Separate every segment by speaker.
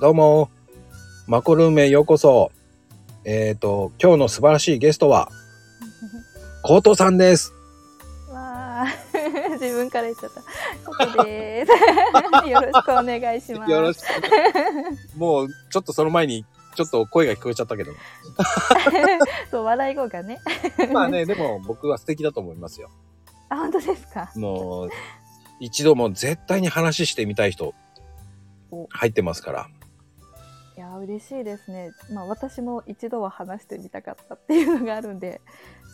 Speaker 1: どうも、マコルームへようこそ。えっ、と、今日の素晴らしいゲストは、コートさんです。
Speaker 2: わあ、 自分から言っちゃった。ことでーす。よろ しくお願いします。
Speaker 1: よろしく。もう、ちょっとその前に、ちょっと声が聞こえちゃったけど。
Speaker 2: そう、笑い声がね。
Speaker 1: ま あね、でも僕は素敵だと思いますよ。
Speaker 2: あ、本当ですか。
Speaker 1: もう、一度も絶対に話してみたい人
Speaker 2: お、
Speaker 1: 入ってますから。
Speaker 2: いや、嬉しいですね。まあ、私も一度は話してみたかったっていうのがあるんで、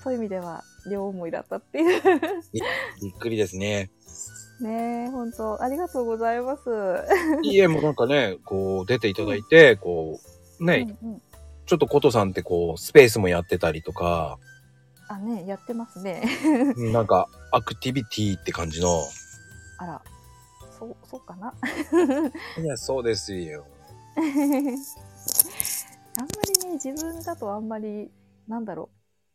Speaker 2: そういう意味では両思いだったっていう。
Speaker 1: びっくりですね。
Speaker 2: ねえ、本当ありがとうございます。
Speaker 1: いいえ、もうなんかね、こう、出ていただいて、こう、ね、
Speaker 2: うんうん。
Speaker 1: ちょっとコトさんってこう、スペースもやってたりとか、
Speaker 2: あ、ね、やってますね。
Speaker 1: なんか、アクティビティって感じの。
Speaker 2: あら、そう、そうかな。
Speaker 1: いや、そうですよ。
Speaker 2: あんまりね自分だとあんまりなんだろ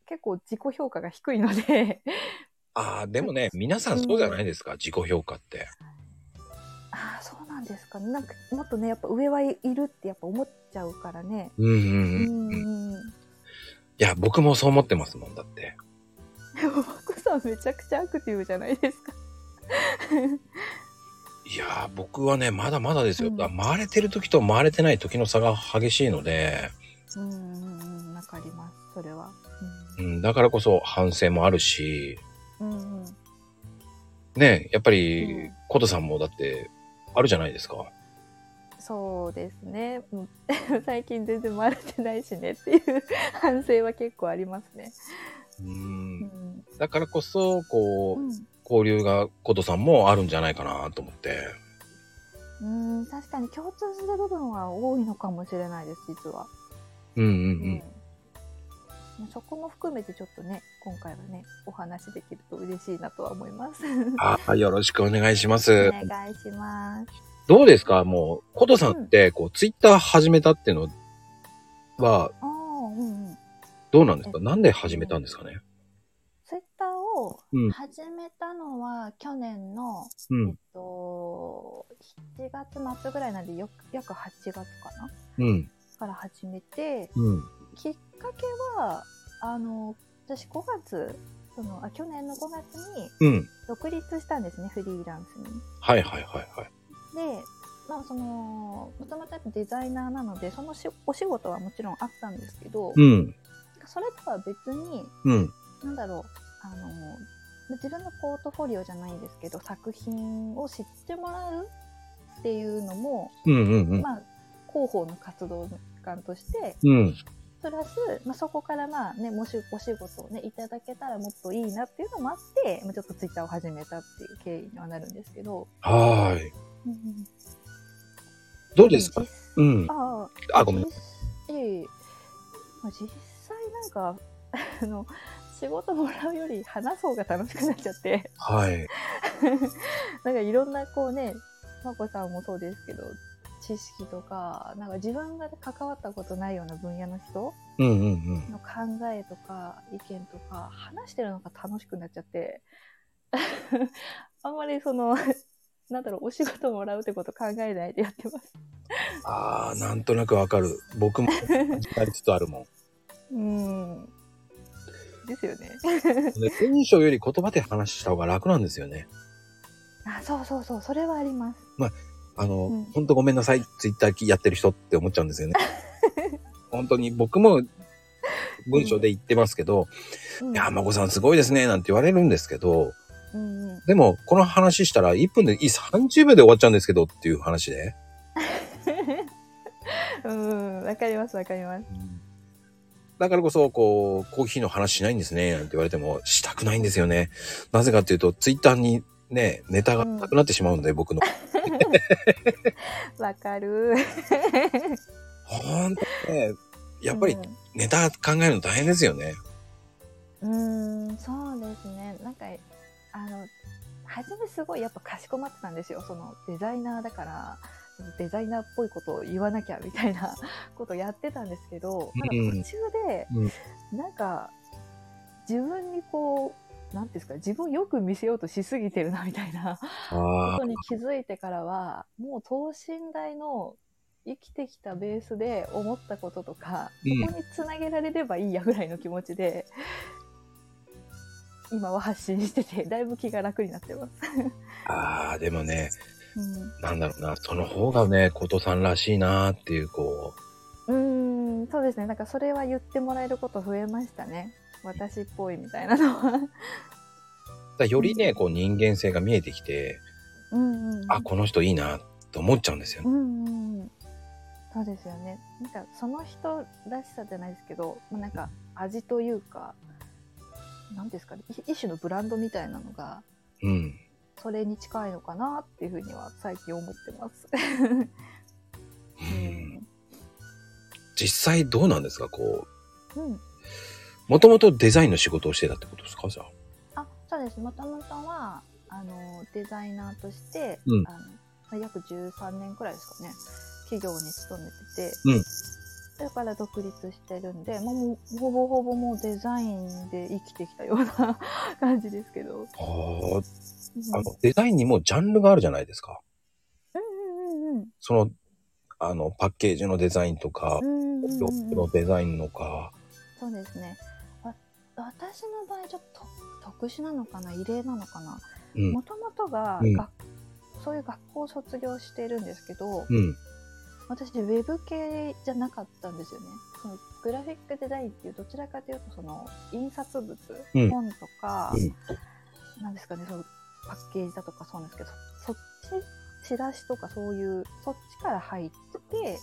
Speaker 2: う結構自己評価が低いので
Speaker 1: ああ、でもね、皆さんそうじゃないですか、自己評価って。
Speaker 2: ああそうなんですかねなんかもっとねやっぱ上はいるってやっぱ思っちゃうからね
Speaker 1: うんうん
Speaker 2: う
Speaker 1: うん。い
Speaker 2: ん
Speaker 1: や、僕もそう思ってますもんだって。
Speaker 2: でもマコさんめちゃくちゃアクティブじゃないですか
Speaker 1: いやー、僕はね、まだまだですよ。
Speaker 2: うん
Speaker 1: 回れてる時と回れてない時の差が激しいので、
Speaker 2: うんうんうんわかりますそれは
Speaker 1: うん、だからこそ反省もあるし、
Speaker 2: うんうんうん
Speaker 1: ね、やっぱ
Speaker 2: う
Speaker 1: り
Speaker 2: ん、
Speaker 1: コトさんもだって、あるじゃないですか。
Speaker 2: そうですねうん 最近全然回れてないしねっていう反省は結構ありますね
Speaker 1: う。
Speaker 2: うんん
Speaker 1: だからこそ、こ
Speaker 2: う
Speaker 1: う、
Speaker 2: ん
Speaker 1: 交流がコトさんもあるんじゃないかなと思って。
Speaker 2: うーん確かに共通する部分は多いのかもしれないです実は、
Speaker 1: うんうん
Speaker 2: う
Speaker 1: うん。
Speaker 2: まあそこも含めてちょっとね今回はねお話しできると嬉しいなとは思います
Speaker 1: あーよろしくお願いしま
Speaker 2: お
Speaker 1: す。
Speaker 2: 願いします
Speaker 1: どうですかもう、コトさんって、こう、ツイッター始めたっていうのは、
Speaker 2: ああうんうん
Speaker 1: どうなんですかなんで始めたんですかね
Speaker 2: ツイッターを
Speaker 1: うん
Speaker 2: 始めたのは去年の、
Speaker 1: う
Speaker 2: えっ
Speaker 1: ん。
Speaker 2: と7月末ぐらいなんでよ約8月かな
Speaker 1: うん。
Speaker 2: から始めて
Speaker 1: うん。
Speaker 2: きっかけはあの私5月そのあ去年の5月に
Speaker 1: うん。
Speaker 2: 独立したんですねフリーランスに。
Speaker 1: はいはいはいはい。
Speaker 2: で、まあ、そのもともとやっぱデザイナーなのでそのしお仕事はもちろんあったんですけど、
Speaker 1: うん。
Speaker 2: それとは別に
Speaker 1: うん。
Speaker 2: なんだろうあの自分のポートフォリオじゃないんですけど作品を知ってもらうっていうのも、
Speaker 1: うんうんうん。
Speaker 2: まあ、広報の活動の一環として
Speaker 1: うん。
Speaker 2: プラス、まあ、そこからまあ、ね、もしお仕事を、ね、いただけたらもっといいなっていうのもあってまあちょっとツイッターを始めたっていう経緯にはなるんですけど。
Speaker 1: はーい。どうですか
Speaker 2: 実
Speaker 1: うん。
Speaker 2: あ
Speaker 1: あ、ごめん。
Speaker 2: 実いえいえまあ実際なんか あの仕事もらうより話そうが楽しくなっちゃって
Speaker 1: はい。
Speaker 2: なんかいろんなこうねまこさんもそうですけど知識とかなんか自分が関わったことないような分野の人
Speaker 1: うんうんうん。
Speaker 2: の考えとか意見とか話してるのが楽しくなっちゃって あんまりその なんだろうお仕事もらうってこと考えないでやってます。
Speaker 1: ああ、なんとなくわかる。僕 も、やりつつあるもん。
Speaker 2: うんですよね。
Speaker 1: で文章より言葉で話した方が楽なんですよね。
Speaker 2: あそうそうそうそれはあります
Speaker 1: あの、
Speaker 2: うん
Speaker 1: ほんとごめんなさい、ツイッターやってる人って思っちゃうんです よね。本当に僕も文章で言ってますけど、
Speaker 2: うん
Speaker 1: いや、まこさんすごいですね、なんて言われるんですけど、
Speaker 2: うんうん、
Speaker 1: でも、この話したら1分でいい、30秒で終わっちゃうんですけどっていう話で。
Speaker 2: うんわかりますわかります
Speaker 1: だからこそ、こう、コーヒーの話しないんですね、なんて言われても、したくないんですよね。なぜかっていうと、ツイッターにね、ネタがなくなってしまうんで、僕の。
Speaker 2: わかる
Speaker 1: ほんとね、やっぱり
Speaker 2: うん
Speaker 1: ネタ考えるの大変ですよね。
Speaker 2: うんそうですねなんかあの初めすごいやっぱかしこまってたんですよそのデザイナーだからそのデザイナーっぽいことを言わなきゃみたい なことやってたんですけど、
Speaker 1: うん
Speaker 2: なんか途中で、なんか自分にこうなんていうんですか自分をよく見せようとしすぎてるなみたいな
Speaker 1: ああ
Speaker 2: ことに気づいてからはもう等身大の生きてきたベースで思ったこととか、
Speaker 1: うん
Speaker 2: ここにつなげられればいいやぐらいの気持ちで今は発信しててだいぶ気が楽になってます。
Speaker 1: ああ、でもね、
Speaker 2: うん
Speaker 1: なんだろうな、その方がね、ことさんらしいなーっていう、こ
Speaker 2: うーんそうですねなんかそれは言ってもらえること増えましたね私っぽいみたいなのは
Speaker 1: う、だからよりね、こう人間性が見えてきて、
Speaker 2: うんうん
Speaker 1: あ、この人いいなと思っちゃうんですよ
Speaker 2: う
Speaker 1: ね。
Speaker 2: んうんうんそうですよねなんかその人らしさじゃないですけど、まあ、なんか味というか何ですかねい一種のブランドみたいなのが
Speaker 1: うん。
Speaker 2: それに近いのかなっていうふうには最近思ってます。
Speaker 1: う
Speaker 2: うんん
Speaker 1: 実際どうなんですかこう、
Speaker 2: うん、
Speaker 1: もともとデザインの仕事をしてたってことですかじゃあ。
Speaker 2: あそうですもともとはあのデザイナーとして、
Speaker 1: うん
Speaker 2: あの約13年くらいですかね企業に勤めてて、
Speaker 1: うん
Speaker 2: だから独立してるんで、まあ、もうほぼほぼもうデザインで生きてきたような 感じですけど。
Speaker 1: あー
Speaker 2: うん
Speaker 1: あの、デザインにもジャンルがあるじゃないですか。
Speaker 2: うんうんうん
Speaker 1: その、あの、パッケージのデザインとか
Speaker 2: う、んうんうん
Speaker 1: 洋服のデザインのか、
Speaker 2: そうですねわ私の場合ちょっと特殊なのかな異例なのかな
Speaker 1: うん
Speaker 2: も、ともとが、
Speaker 1: うん
Speaker 2: 学そういう学校を卒業してるんですけど、
Speaker 1: うん、
Speaker 2: 私ウェブ系じゃなかったんですよねそのグラフィックデザインっていうどちらかというとその印刷物、
Speaker 1: うん
Speaker 2: 本とか、
Speaker 1: うん
Speaker 2: なんですかねそのパッケージだとかそうなんですけどそそっちチラシとかそういうそっちから入ってて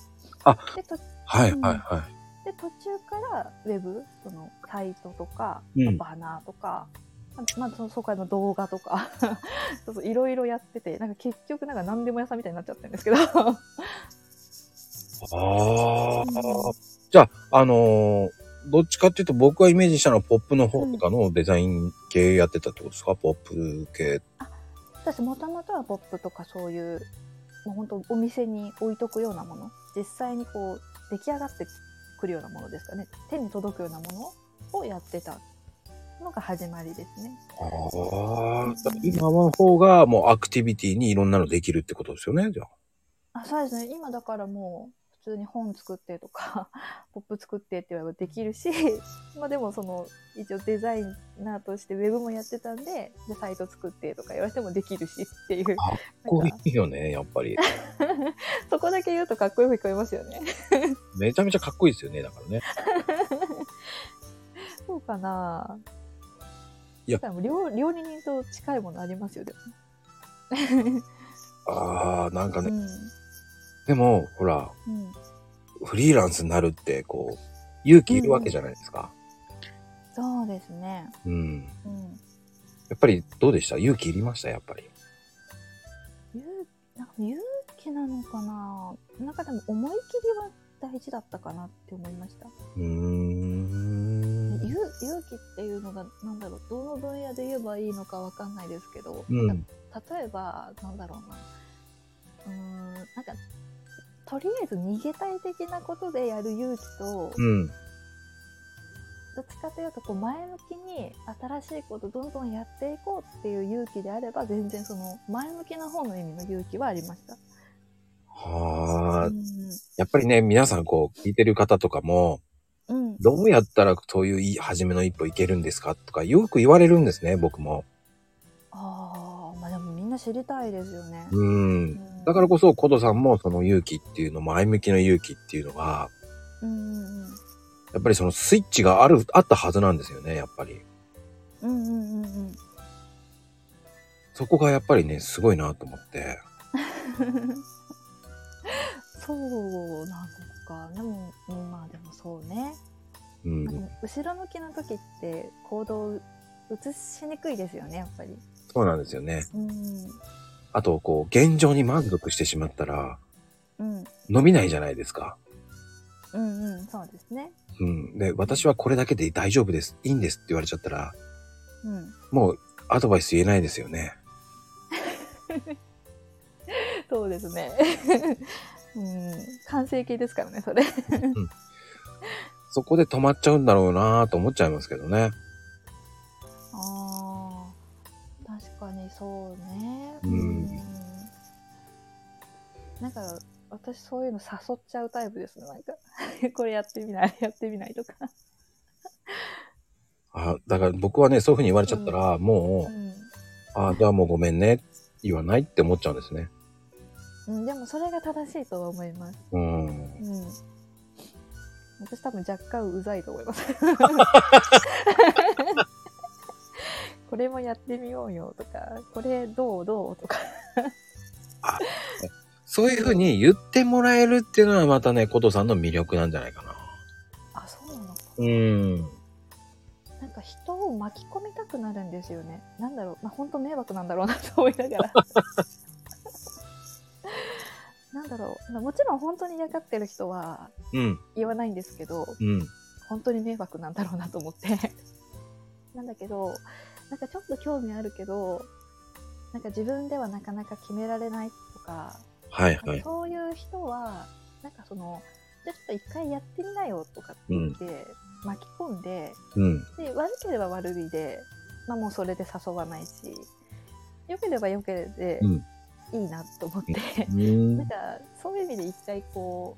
Speaker 1: あ
Speaker 2: でとで
Speaker 1: はいはいは
Speaker 2: 途中からウェブそのサイトとか、
Speaker 1: うん
Speaker 2: バナーとか、まあまあ、そのそこからの動画とか そうそういろいろやっててなんか結局なんか何でも屋さんみたいになっちゃってるんで すけど
Speaker 1: い。ああ。じゃあ、あのーどっちかっていうと僕がイメージしたのはポップの方とかのデザイン系やってたってことですか、ポップ系。
Speaker 2: 私もともとはポップとかそういうもう本当お店に置いとくようなもの実際にこう出来上がってくるようなものですかね手に届くようなものをやってたのが始まりですね
Speaker 1: ああ。今の方がもうアクティビティにいろんなのできるってことですよね、じゃあ。
Speaker 2: あそうですね今だからもう普通に本作ってとか ポップ作ってって言えばできるしまあでもその一応デザイナーとしてウェブもやってたんでじゃあサイト作ってとか言われてもできるしっていう
Speaker 1: かっこいいよね、やっぱり。
Speaker 2: そこだけ言うとかっこよく聞こえますよね
Speaker 1: めちゃめちゃかっこいいですよね、だからね。
Speaker 2: そうかな。
Speaker 1: いや
Speaker 2: 多分料料理人と近いものありますよでも。
Speaker 1: ああ、なんか
Speaker 2: う
Speaker 1: ね。
Speaker 2: ん、
Speaker 1: でも、ほら、
Speaker 2: うん、
Speaker 1: フリーランスになるって、こう、勇気いるわけじゃないですか。
Speaker 2: そうですね。
Speaker 1: うん。
Speaker 2: うん、
Speaker 1: やっぱり、どうでした勇気いりましたやっぱり。
Speaker 2: 勇なんか勇気なのかな。なんかでも思い切りは大事だったかなって思いました。
Speaker 1: うーん。
Speaker 2: 勇勇気っていうのがなんだろうどの分野で言えばいいのかわかんないですけど、
Speaker 1: うん。
Speaker 2: 例えばなんだろうなうーんなんかとりあえず逃げたい的なことでやる勇気と、
Speaker 1: うん。
Speaker 2: どっちかというとこう前向きに新しいことどんどんやっていこうっていう勇気であれば全然その前向きな方の意味の勇気はありました。
Speaker 1: は
Speaker 2: う
Speaker 1: あ。
Speaker 2: ん
Speaker 1: やっぱりね、皆さん、こう、聞いてる方とかも、
Speaker 2: うん、
Speaker 1: どうやったらそういういい初めの一歩いけるんですかとか、よく言われるんですね、僕も。
Speaker 2: ああまあでもみんな知りたいですよね。
Speaker 1: うん。
Speaker 2: うん
Speaker 1: だからこそ、コトさんも、その勇気っていうの、前向きの勇気っていうのが、
Speaker 2: うんうんうん
Speaker 1: やっぱりそのスイッチがある、あったはずなんですよね、やっぱり。
Speaker 2: うんうんうんうん
Speaker 1: そこがやっぱりね、すごいなと思って。
Speaker 2: そうなのかでもうんまあでもそうね、
Speaker 1: うん。
Speaker 2: 後ろ向きの時って行動を移しにくいですよねやっぱり。
Speaker 1: そうなんですよね。
Speaker 2: うん
Speaker 1: あと、こう、現状に満足してしまったら、
Speaker 2: うん
Speaker 1: 伸びないじゃないですか。
Speaker 2: うんうんそうですね。
Speaker 1: うん。で、私はこれだけで大丈夫です。いいんですって言われちゃったら、
Speaker 2: うん
Speaker 1: もうアドバイス言えないですよね。
Speaker 2: そうです ね。うん、完成形ですからね、それ。
Speaker 1: そこで止まっちゃうんだろうなと思っちゃいますけどね。
Speaker 2: ああ、確かにそうね。
Speaker 1: うん
Speaker 2: なんか、私そういうの誘っちゃうタイプですね。なんか、 これやってみない、あれやってみないとか。
Speaker 1: あだから僕はね、そういうふうに言われちゃったら、もう、あじゃあもうごめんね、言わないって思っちゃうんですね。
Speaker 2: うん。うんでもそれが正しいとは思います。
Speaker 1: うん。
Speaker 2: うん。私多分若干うざいと思います。これもやってみようよとか、これどうどうとか。
Speaker 1: そういうふうに言ってもらえるっていうのはまたね、コトさんの魅力なんじゃないかな。
Speaker 2: あ、そうなのか。
Speaker 1: うん。
Speaker 2: なんか人を巻き込みたくなるんですよね。なんだろう、まあ、本当迷惑なんだろうなと思いながら。 なんだろう、まあ、もちろん本当に嫌がってる人は
Speaker 1: うん。
Speaker 2: 言わないんですけど、
Speaker 1: うん。
Speaker 2: 本当に迷惑なんだろうなと思って。 なんだけど、なんかちょっと興味あるけど、なんか自分ではなかなか決められないとか、
Speaker 1: はい
Speaker 2: なん
Speaker 1: は
Speaker 2: か
Speaker 1: い。
Speaker 2: そういう人は、なんかその、じゃあちょっと一回やってみなよとかって言って、巻き込んで、
Speaker 1: うん。
Speaker 2: で悪ければ悪いで、まあ、もうそれで誘わないし良ければ良ければで
Speaker 1: うん
Speaker 2: いいなと思って、
Speaker 1: うん
Speaker 2: なんかそういう意味で一回こ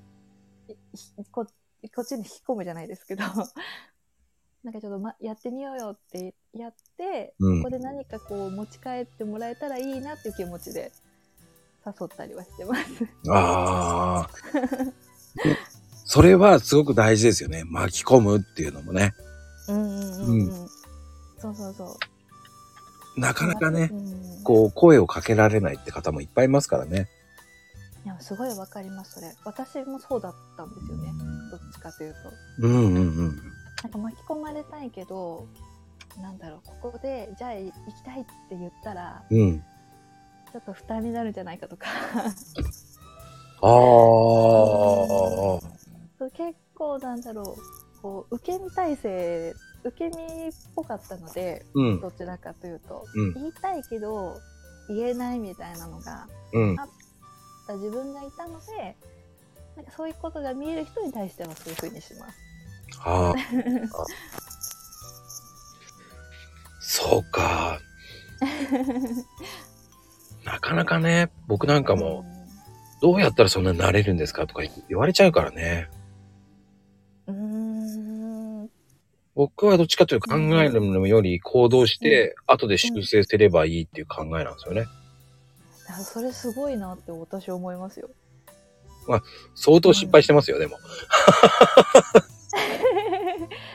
Speaker 2: ういひここっちに引き込むじゃないですけど なんかちょっと、ま、やってみようよってやって
Speaker 1: うん
Speaker 2: ここで何かこう持ち帰ってもらえたらいいなっていう気持ちで誘ったりはしてます。
Speaker 1: ああ。それはすごく大事ですよね。巻き込むっていうのもね。
Speaker 2: うんうんうんうんそうそうそう。
Speaker 1: なかなかね
Speaker 2: う、ん
Speaker 1: こう、声をかけられないって方もいっぱいいますからね。
Speaker 2: いやすごいわかりますそれ私もそうだったんですよねどっちかというと
Speaker 1: うんうんうん。
Speaker 2: なんか巻き込まれたいけどなんだろうここでじゃあ行きたいって言ったら
Speaker 1: うん。
Speaker 2: ちょっと負担になるんじゃないかと か
Speaker 1: ああ。
Speaker 2: そう結構なんだろうこう受け身体制受け身っぽかったので
Speaker 1: うん。
Speaker 2: どちらかというと
Speaker 1: うん。
Speaker 2: 言いたいけど言えないみたいなのが
Speaker 1: うん。
Speaker 2: 自分がいたのでなんかそういうことが見える人に対してはそういうふうにします。
Speaker 1: ああ。そうか。なかなかね、僕なんかも、どうやったらそんなになれるんですかとか言われちゃうからね。
Speaker 2: うーん
Speaker 1: 僕はどっちかというと考えるのより行動して、後で修正すればいいっていう考えなんですよね。
Speaker 2: いやそれすごいなって私思いますよ。
Speaker 1: 相当失敗してますよ、でも。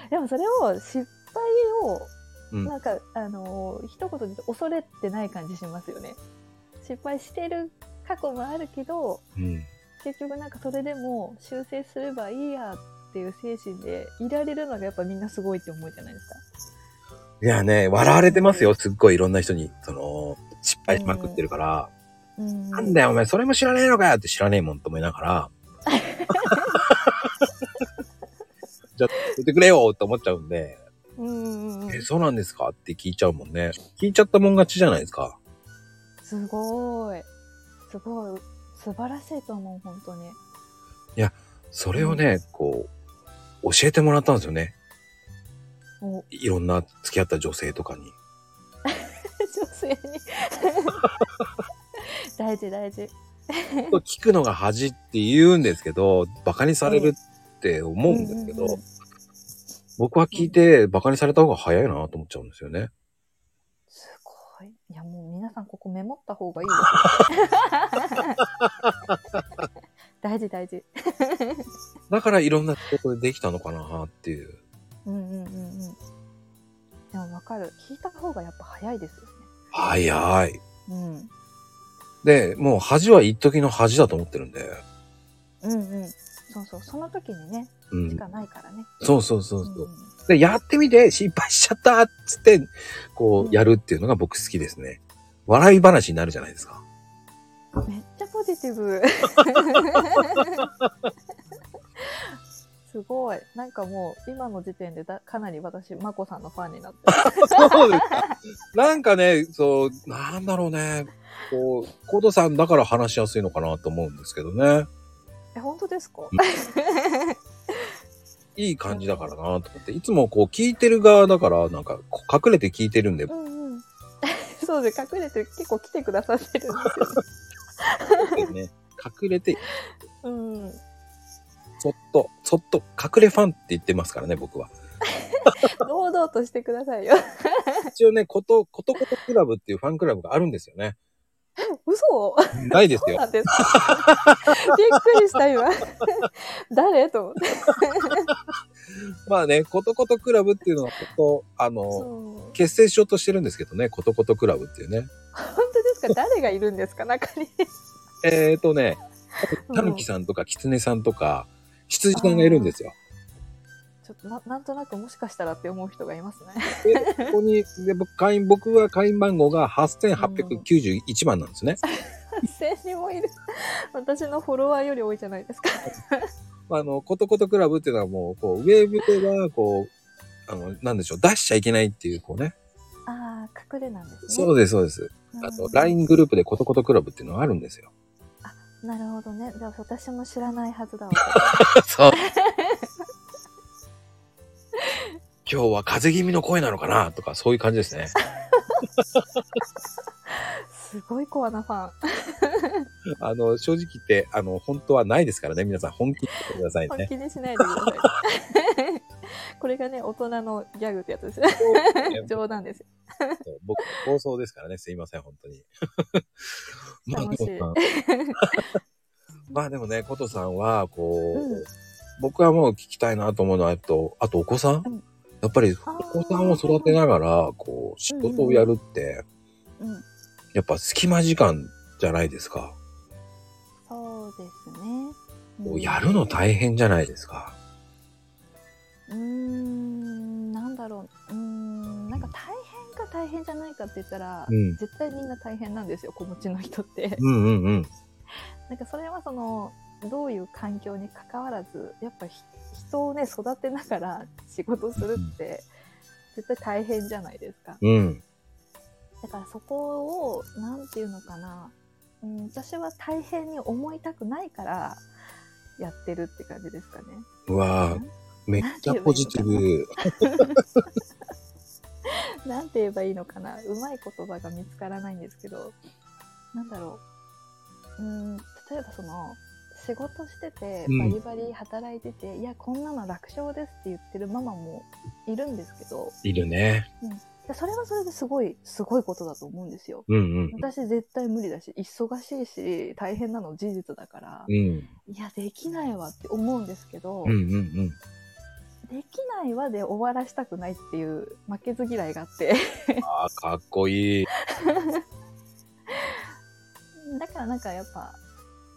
Speaker 2: でもそれを失敗を
Speaker 1: うん
Speaker 2: なんか、あのー一言で言うと恐れてない感じしますよね。失敗してる過去もあるけど
Speaker 1: うん。
Speaker 2: 結局なんかそれでも修正すればいいやっていう精神でいられるのがやっぱみんなすごいって思うじゃないですか。
Speaker 1: いやね、笑われてますよ、すっごいいろんな人に、その、失敗しまくってるから、
Speaker 2: うん
Speaker 1: なんだよ、お前、それも知らねえのかよって知らねえもんと思いなが ら、じゃあ、言ってくれよと思っちゃうんで、
Speaker 2: うんうんうん
Speaker 1: え、そうなんですかって聞いちゃうもんね。聞いちゃったもん勝ちじゃないですか。
Speaker 2: すごいすごい素晴らしいと思う本当に。
Speaker 1: それをね、こう、教えてもらったんですよね。
Speaker 2: お
Speaker 1: いろんな付き合った女性とかに。
Speaker 2: 女性に 大事大事
Speaker 1: 聞くのが恥って言うんですけど、馬鹿にされるって思うんですけ
Speaker 2: うんうんう
Speaker 1: ど
Speaker 2: ん、
Speaker 1: 僕は聞いて馬鹿にされた方が早いなと思っちゃうんですよね。
Speaker 2: すごいいやもう皆さんここメモった方が いいですよ大事大事
Speaker 1: だからいろんなことでできたのかなっていう。
Speaker 2: うんうんうんうんでもわかる聞いた方がやっぱ早いです
Speaker 1: 早い。
Speaker 2: よね、
Speaker 1: で、もう恥は一時の恥だと思ってるんで。
Speaker 2: うん、うんうんそうそうその時にね
Speaker 1: うん
Speaker 2: し。かないからね、
Speaker 1: そうそうそう
Speaker 2: う
Speaker 1: そ
Speaker 2: ん
Speaker 1: う。で、やってみて失敗しちゃったっつって、こ
Speaker 2: うん
Speaker 1: う、やるっていうのが僕好きですね。笑い話になるじゃないですか。
Speaker 2: めっちゃポジティブ すごいなんかもう今の時点でだかなり私まこさんのファンになってる
Speaker 1: そうですか。 なんかね、そう、なんだろうね。こう、コードさんだから話しやすいのかなと思うんですけどね。
Speaker 2: え本当ですか、
Speaker 1: いい感じだからなと思って。いつもこう、聞いてる側だから、なんか、こう隠れて聞いてる んで
Speaker 2: う、んうんそうで隠れて結構来てくださってるんですよね、
Speaker 1: ね、隠れて、
Speaker 2: うん。
Speaker 1: そっと、そっと隠れファンって言ってますからね、僕は。
Speaker 2: 堂々としてくださいよ。
Speaker 1: 一応ね、こと、ことことクラブっていうファンクラブがあるんですよね。
Speaker 2: 嘘
Speaker 1: ないです
Speaker 2: そう
Speaker 1: よ
Speaker 2: な。んですかびっくりした今誰と思って
Speaker 1: まあね、ことことクラブっていうのは、こと、あの、
Speaker 2: そう
Speaker 1: 結成しようとしてるんですけどね、ことことクラブっていうね。
Speaker 2: 本当ですか誰がいるんですか中に
Speaker 1: えーとね、
Speaker 2: うん
Speaker 1: たぬきさんとか、きつねさんとか、羊さんがいるんですよ。
Speaker 2: ちょっとななんとなくもしかしたらって思う人がいます ね
Speaker 1: で、ここに、で僕会員、僕は会員番号が8891番なんですね。
Speaker 2: 1000人もいる私のフォロワーより多いじゃないですか
Speaker 1: まああの、ことことクラブっていうのはもう、こう、ウェーブでは、こう、あの、なんでしょう、出しちゃいけないっていう、こうね。
Speaker 2: ああ隠れなんですね
Speaker 1: そうです、そうです。
Speaker 2: うん
Speaker 1: あと、LINE グループでことことクラブっていうのがあるんですよ。
Speaker 2: なるほどねでも私も知らないは ずだわ
Speaker 1: そう。今日は風邪気味の声なのかなとか、そういう感じですね。
Speaker 2: すごいコアなファン
Speaker 1: あの、正直言って、あの、本当はないですからね。皆さん、本気で言ってください
Speaker 2: 本
Speaker 1: ね。
Speaker 2: 気にしないでください これがね大人のギャグってやつですね 冗談ですよ
Speaker 1: 僕、放送ですからね。すいません、本当に。まあ
Speaker 2: 楽しい
Speaker 1: でも まあでもね、コトさんは、こう、
Speaker 2: うん
Speaker 1: 僕はもう聞きたいなと思うのは、あと、あとお子さん、
Speaker 2: うん
Speaker 1: やっぱり、
Speaker 2: あー
Speaker 1: お子さんを育てながら、こう、仕事をやるって、
Speaker 2: うん
Speaker 1: やっぱ隙間時間じゃないですか。
Speaker 2: そうですね。
Speaker 1: こ
Speaker 2: う
Speaker 1: うんやるの大変じゃないですか。
Speaker 2: うーん、なんだろう。うーん、なんか大変か大変じゃないかって言ったら、
Speaker 1: うん
Speaker 2: 絶対みんな大変なんですよ、子持ちの人って。
Speaker 1: うんうんうん。
Speaker 2: なんかそれはその、どういう環境に関わらず、やっぱひ人をね、育てながら仕事するって、絶対大変じゃないですか。
Speaker 1: うん。
Speaker 2: だからそこを、なんていうのかな。うん、私は大変に思いたくないから、やってるって感じですかね。
Speaker 1: うわぁ、めっちゃポジティブ。
Speaker 2: なんて言えばいいのかなうまい言葉が見つからないんですけどなんだろううーん例えばその仕事してて
Speaker 1: うん
Speaker 2: バリバリ働いてて、いやこんなの楽勝ですって言ってるママもいるんですけど
Speaker 1: いるね。
Speaker 2: でそれはそれですごいすごいことだと思うんですよ。
Speaker 1: うんうん。
Speaker 2: 私絶対無理だし忙しいし大変なの事実だから
Speaker 1: うん。
Speaker 2: いやできないわって思うんですけど、
Speaker 1: うんうんうん。
Speaker 2: できないわで終わらしたくないっていう負けず嫌いがあって
Speaker 1: ああ、かっこいい。
Speaker 2: だからなんかやっぱ、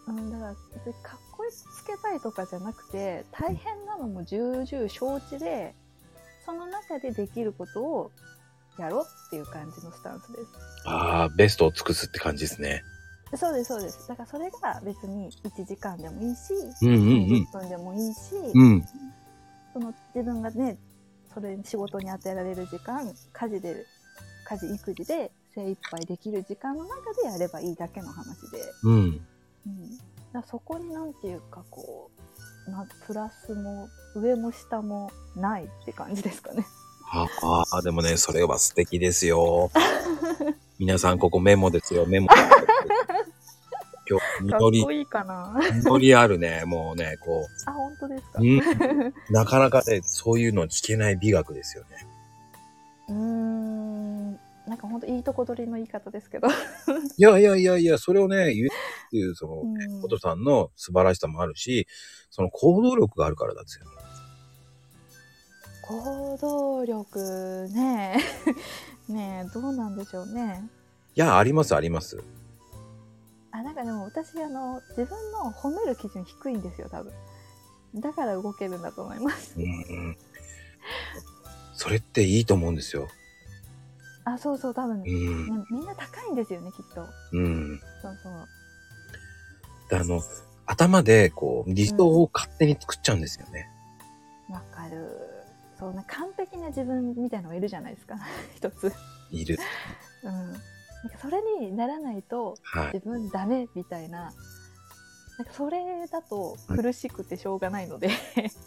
Speaker 2: うん、だから別にかっこいいつけたいとかじゃなくて大変なのも重々承知でその中でできることをやろうっていう感じのスタンスで
Speaker 1: ああ、ベストを尽くすって感じですね。
Speaker 2: すそうですそうですだからそれが別に1時間でもいいし、
Speaker 1: うんうんうん
Speaker 2: 20分でもいいし、
Speaker 1: うん。
Speaker 2: その自分がねそれ仕事に当てられる時間家事で家事育児で精一杯できる時間の中でやればいいだけの話で。
Speaker 1: うん。
Speaker 2: うん、だからそこになんていうかこうなプラスも上も下もないって感じですかね。
Speaker 1: ああ、でもね、それは素敵です よ。皆さん、ここメモですよ、メ モ。今日、
Speaker 2: かっこ
Speaker 1: 実り、
Speaker 2: いいかな。
Speaker 1: 実りあるね、もうね、こ
Speaker 2: あ本当ですか。
Speaker 1: う、う、
Speaker 2: うん
Speaker 1: なかなかね、そういうの聞けない美学ですよね。
Speaker 2: ーんなんか本当いいとこ取りの言い方ですけど。
Speaker 1: いやいやいやいや、それをね、言うっていう、その、
Speaker 2: うん
Speaker 1: ことさんの素晴らしさもあるし、その行動力があるからなんですよ。
Speaker 2: 行動力ね ねえどうなんでしょうね。
Speaker 1: いや、あります、あります。
Speaker 2: あなんかでも私あの自分の褒める基準低いんですよ多分。だから動けるんだと思います。
Speaker 1: うんうん。それっていいと思うんですよ。
Speaker 2: あそうそう多分、
Speaker 1: う
Speaker 2: ね、
Speaker 1: ん。
Speaker 2: みんな高いんですよねきっと。
Speaker 1: うん。
Speaker 2: そうそう。
Speaker 1: であの、頭で、こう、理想を勝手に作っちゃうんですよね。
Speaker 2: わかるそうね完璧な自分みたいのがいるじゃないですか 一つ、
Speaker 1: いる。
Speaker 2: うん、なんかそれにならないと
Speaker 1: はい。
Speaker 2: 自分ダメみたいななんかそれだと苦しくてしょうがないので、
Speaker 1: い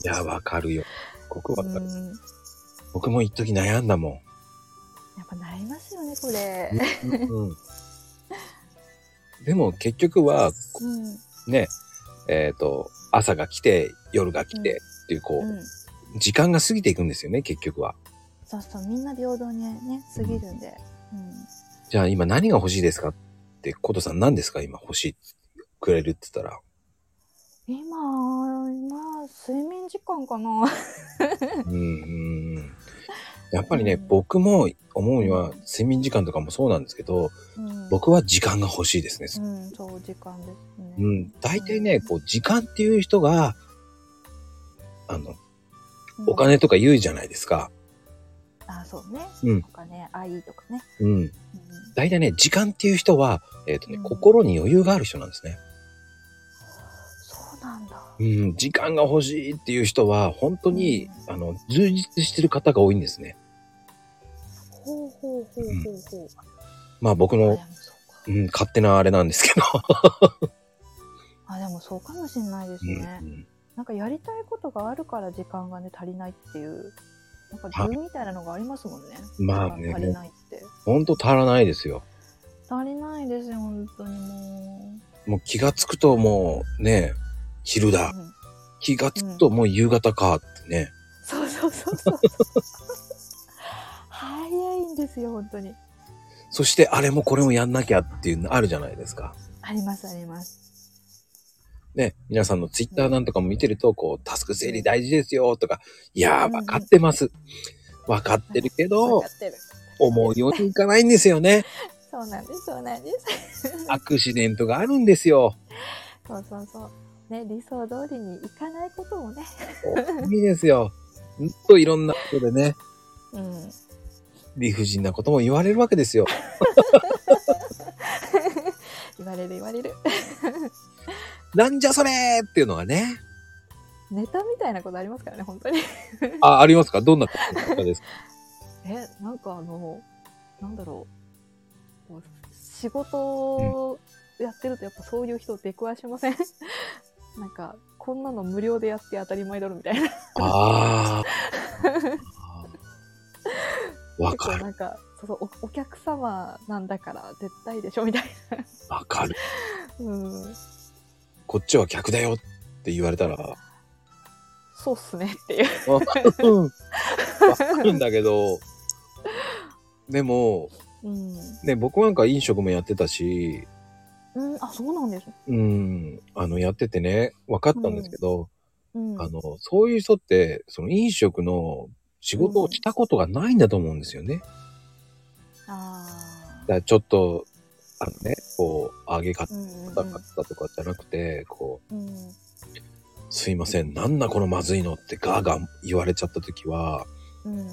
Speaker 1: や、わかるよ。僕
Speaker 2: う
Speaker 1: わかる。
Speaker 2: ん、や
Speaker 1: 僕も一時悩んだもん。
Speaker 2: っぱなりますよねこれ、
Speaker 1: うん。でも結局は、
Speaker 2: うん、
Speaker 1: ね、えっ、と、朝が来て、夜が来てっていう、こ
Speaker 2: う
Speaker 1: う、
Speaker 2: ん、
Speaker 1: 時間が過ぎていくんですよね、結局は。
Speaker 2: そうそうみんな平等にね過ぎるんで、うん、
Speaker 1: じゃあ今何が欲しいですかって、ことさん何ですか今欲しいってくれるって言ったら。
Speaker 2: 今まあ睡眠時間かな
Speaker 1: うんうんうん。やっぱりね、
Speaker 2: うん
Speaker 1: 僕も思うには、睡眠時間とかもそうなんですけど、
Speaker 2: うん、
Speaker 1: 僕は時間が欲しいですね。
Speaker 2: うん、そう時間ですね、
Speaker 1: うん。大体ね、こう、時間っていう人が、あの、お金とか言うじゃないですか。
Speaker 2: あそうね、
Speaker 1: うん
Speaker 2: お金愛とかね、
Speaker 1: うん。
Speaker 2: うん、
Speaker 1: 大体ね、時間っていう人は、えっ、とね、
Speaker 2: うん
Speaker 1: 心に余裕がある人なんですね。
Speaker 2: そうなんだ
Speaker 1: うん。時間が欲しいっていう人は、本当に、
Speaker 2: うん
Speaker 1: あの、充実してる方が多いんですね。
Speaker 2: ほうほうほうほうほう、
Speaker 1: まあ僕
Speaker 2: あ
Speaker 1: の
Speaker 2: で、もそう
Speaker 1: うん、勝手なあれなんですけど。
Speaker 2: かあでもそうかもしれないです
Speaker 1: う
Speaker 2: ね、
Speaker 1: ん。
Speaker 2: なんかやりたいことがあるから時間がね足りないっていうなんか理由みたいなのがありますもんね。
Speaker 1: まあね
Speaker 2: 時間足りないって。
Speaker 1: ほんと足らないですよ。
Speaker 2: 足りないですよ本当にも
Speaker 1: もう気がつくともう、ね、昼だ
Speaker 2: う。。うん
Speaker 1: 気がつくともう夕方かってね。
Speaker 2: そうそうそうそう。早いんですよ本当に。
Speaker 1: そしてあれもこれもやんなきゃっていうのあるじゃないですか。
Speaker 2: ありますあります。
Speaker 1: ね、皆さんのツイッターなんとかも見てると、こう、タスク整理大事ですよとか、いやー、わかってます。わかってるけ
Speaker 2: そう
Speaker 1: ど
Speaker 2: や、ってる。
Speaker 1: 思うようにいかないんですよね。
Speaker 2: そうなんですそうなんです。
Speaker 1: アクシデントがあるんですよ。
Speaker 2: そうそうそう。ね理想通りにいかないことをね。
Speaker 1: いいですよ。ほんといろんなことでね、
Speaker 2: うん。
Speaker 1: 理不尽なことも言われるわけですよ。
Speaker 2: 言われる言われる。
Speaker 1: なんじゃそれーっていうのがね。
Speaker 2: ネタみたいなことありますからね本当に。
Speaker 1: あ、ありますかどんなことですか
Speaker 2: えなんかあのなんだろうこう仕事をやってるとやっぱそういう人出くわしません なんかこんなの無料でやって当たり前だろみたいな
Speaker 1: あ ー。わ
Speaker 2: 結構
Speaker 1: かる、
Speaker 2: なんかそうそうおお客様なんだから絶対でしょみたい
Speaker 1: わかる。
Speaker 2: なうん
Speaker 1: こっちは客だよって言われたら、
Speaker 2: そうっすねっていう
Speaker 1: わかるんだけど、でも、
Speaker 2: うん、
Speaker 1: ね、僕なんか飲食もやってたし、
Speaker 2: うん、あそうなんです、
Speaker 1: うん、あの、やっててね、分かったんですけど、
Speaker 2: うん、
Speaker 1: あの、そういう人って、その飲食の仕事をしたことがないんだと思うんですよね。だか
Speaker 2: あー
Speaker 1: らちょっと、あのね、こう、揚げ方
Speaker 2: うんうん
Speaker 1: がかったとかじゃなくて、こ
Speaker 2: うんうん
Speaker 1: う、すいません、なんだこのまずいのってガーガー言われちゃった時は、
Speaker 2: うん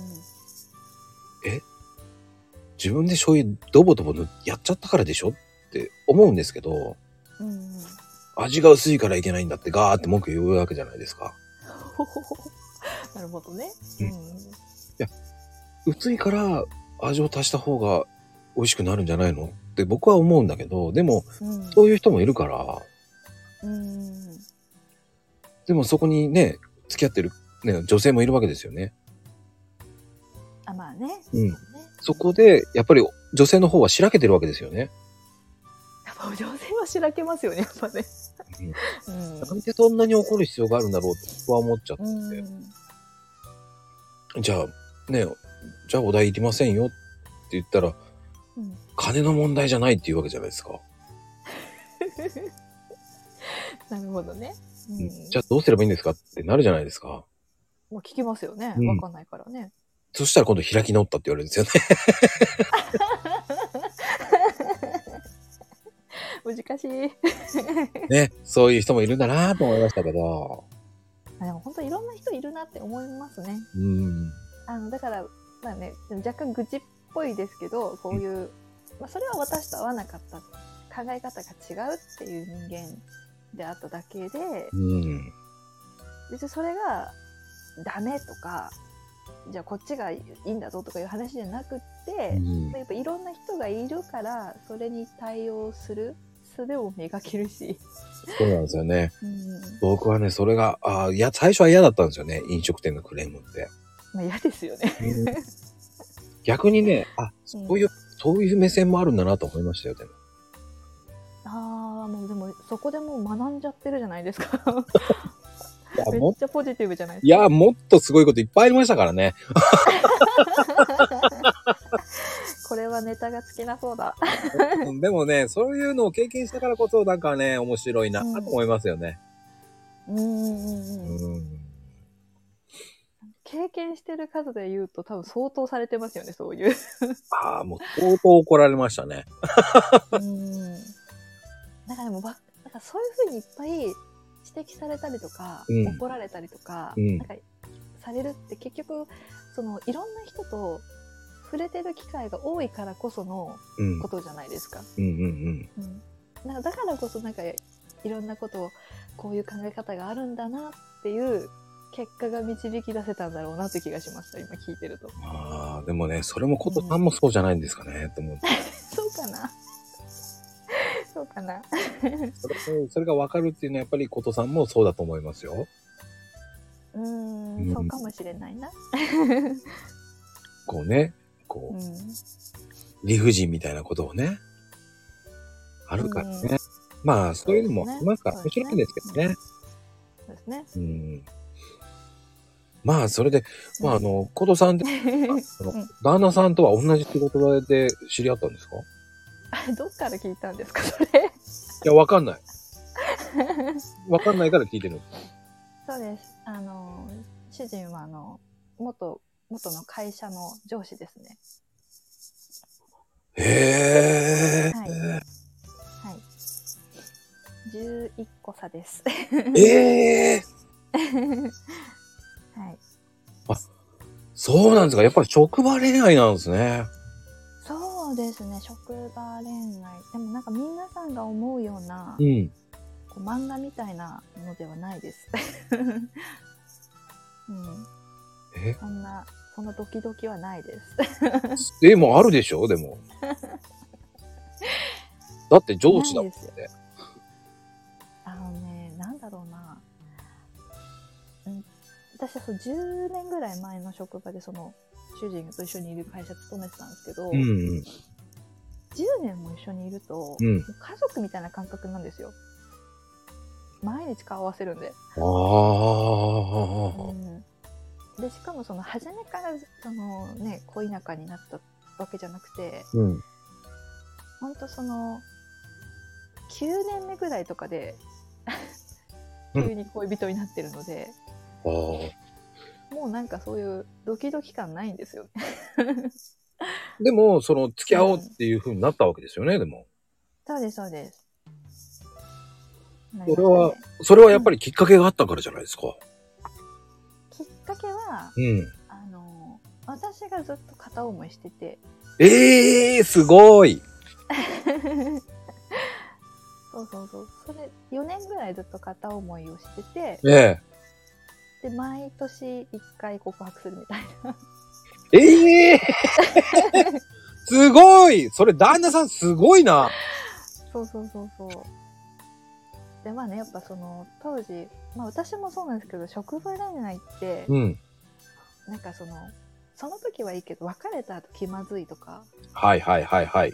Speaker 1: 自分で醤油ドボドボ塗やっちゃったからでしょって思うんですけど、
Speaker 2: うんうん
Speaker 1: 味が薄いからいけないんだってガーって文句言うわけじゃないですか。
Speaker 2: ほほほほなるほどね、
Speaker 1: う
Speaker 2: うんん、
Speaker 1: 薄いから味を足した方が美味しくなるんじゃないのって僕は思うんだけど、でも
Speaker 2: うん
Speaker 1: そういう人もいるから、
Speaker 2: うん
Speaker 1: でもそこにね、付き合ってる、ね、女性もいるわけですよね。
Speaker 2: あまあね。
Speaker 1: うん
Speaker 2: ね
Speaker 1: そこで、やっぱり女性の方はしらけてるわけですよね。
Speaker 2: やっぱ女性はしらけますよね、やっぱね。うん
Speaker 1: なんでそんなに怒る必要があるんだろうって僕は思っちゃっ
Speaker 2: う
Speaker 1: て。
Speaker 2: ん。
Speaker 1: じゃあ、ね、じゃあお題いりませんよって言ったら、
Speaker 2: うん
Speaker 1: 金の問題じゃないっていうわけじゃないですか。
Speaker 2: なるほどね。うん
Speaker 1: じゃあどうすればいいんですかってなるじゃないですか。
Speaker 2: もう聞きますよね。
Speaker 1: うん
Speaker 2: わかんないからね。
Speaker 1: そしたら今度開き直ったって言われるんですよね。
Speaker 2: 難しい。
Speaker 1: ね、そういう人もいるんだなと思いましたけど。
Speaker 2: あでも本当いろんな人いるなって思いますね。
Speaker 1: うん。
Speaker 2: あのだからまあね若干愚痴っぽいですけどこういう、まあ、それは私と合わなかった考え方が違うっていう人間であっただけで
Speaker 1: うん。
Speaker 2: 別にそれがダメとかじゃあこっちがいいんだぞとかいう話じゃなくって、
Speaker 1: うん
Speaker 2: やっぱいろんな人がいるからそれに対応する素を磨けるし、
Speaker 1: そうなんですよね。
Speaker 2: うん
Speaker 1: 僕はね、それが、あーいや、最初は嫌だったんですよね。飲食店のクレーム って。
Speaker 2: まあ、嫌ですよね。
Speaker 1: 逆にね、あ、そういう、そういう目線もあるんだなと思いましたよ、でも。
Speaker 2: ああもうでもそこでもう学んじゃってるじゃないですか
Speaker 1: いや、
Speaker 2: めっ
Speaker 1: もっ
Speaker 2: ちゃポジティブじゃない
Speaker 1: い
Speaker 2: ですか
Speaker 1: や、もっとすごいこといっぱいありましたからね。
Speaker 2: これはネタが尽きなそうだ
Speaker 1: でもね、そういうのを経験したからこそ、なんかね、面白いなと思いますよね。
Speaker 2: うんうんうんうん
Speaker 1: うん。
Speaker 2: 経験してる数で言うと多分相当されてますよねそういう
Speaker 1: ああ、もう相当怒られましたね。
Speaker 2: うんだからでもばなんかそういうふうにいっぱい指摘されたりとか、
Speaker 1: うん
Speaker 2: 怒られたりとか,、
Speaker 1: うん
Speaker 2: なんかされるって結局そのいろんな人と触れてる機会が多いからこその
Speaker 1: うん
Speaker 2: こ。とじゃないですか。
Speaker 1: うんうん
Speaker 2: うん、なんかだからこそなんかいろんなことをこういう考え方があるんだなっていう結果が導き出せたんだろうなって気がしました今聞いてると
Speaker 1: うん。ああ、でもね、それもことさんもそうじゃないんですかね、と思って。
Speaker 2: そうかなそうかな
Speaker 1: それそれがわかるっていうのは、やっぱりことさんもそうだと思いますよ。
Speaker 2: うーん
Speaker 1: うん
Speaker 2: んそうかもしれないな、
Speaker 1: こうね、
Speaker 2: う
Speaker 1: こ
Speaker 2: ん、
Speaker 1: う、理不尽みたいなことをね、あるから
Speaker 2: う
Speaker 1: ね。まあ、そういうのもありますから、
Speaker 2: そう
Speaker 1: 面
Speaker 2: ですね
Speaker 1: 白いんですけどね。
Speaker 2: そうですね
Speaker 1: うん。まあ、それで、まあ、あの、ことさんって、その
Speaker 2: うん
Speaker 1: 旦那さんとは同じ仕事場で知り合ったんですかい
Speaker 2: あどっから聞いたんですかそれ
Speaker 1: や、わかんない。わかんないから聞いてる。
Speaker 2: そうですあの主人はあの元元の会社の上司ですね
Speaker 1: へえ。
Speaker 2: はいはい11個差です
Speaker 1: ええ。
Speaker 2: はい、
Speaker 1: そうなんですか。やっぱり職場恋愛なんですね。
Speaker 2: そうですね職場恋愛でもなんか皆さんが思うような、
Speaker 1: うん。
Speaker 2: こう漫画みたいなのではないです、 うん、
Speaker 1: え、
Speaker 2: そんなそんなドキドキはないです
Speaker 1: でもあるでしょでも。だって上司だもん。
Speaker 2: ないですよあのねなんだろうな、うん、私はそう10年ぐらい前の職場でその主人と一緒にいる会社勤めてたんですけど、
Speaker 1: うん
Speaker 2: 10年も一緒にいると、
Speaker 1: うん
Speaker 2: もう家族みたいな感覚なんですよ毎日顔合わせるんで、
Speaker 1: うん。ああ。
Speaker 2: うん、でしかもその初めからそのね恋仲になったわけじゃなくて
Speaker 1: うん。
Speaker 2: ほんとその9年目ぐらいとかで
Speaker 1: うん
Speaker 2: 急に恋人になってるので、
Speaker 1: ああ。
Speaker 2: もうなんかそういうドキドキ感ないんですよね。
Speaker 1: でも、その、付き合おうっていう風になったわけですよね、でも。
Speaker 2: そうですそうです。なり
Speaker 1: それ
Speaker 2: ましたね
Speaker 1: は、それはやっぱりきっかけがあったからじゃないですか。
Speaker 2: きっかけは
Speaker 1: うん。
Speaker 2: あの私がずっと片思いしてて
Speaker 1: ええー、すごい。
Speaker 2: そうそうそうそれ4年ぐらいずっと片思いをしてて
Speaker 1: え
Speaker 2: で毎年1回告白するみたいな
Speaker 1: え。ええすごいそれ、旦那さんすごいな。
Speaker 2: そうそうそうそうでまあねやっぱその当時まあ私もそうなんですけど職場恋愛って
Speaker 1: うん。
Speaker 2: なんかそのその時はいいけど別れた後気まずいとか
Speaker 1: はいはいはいはい。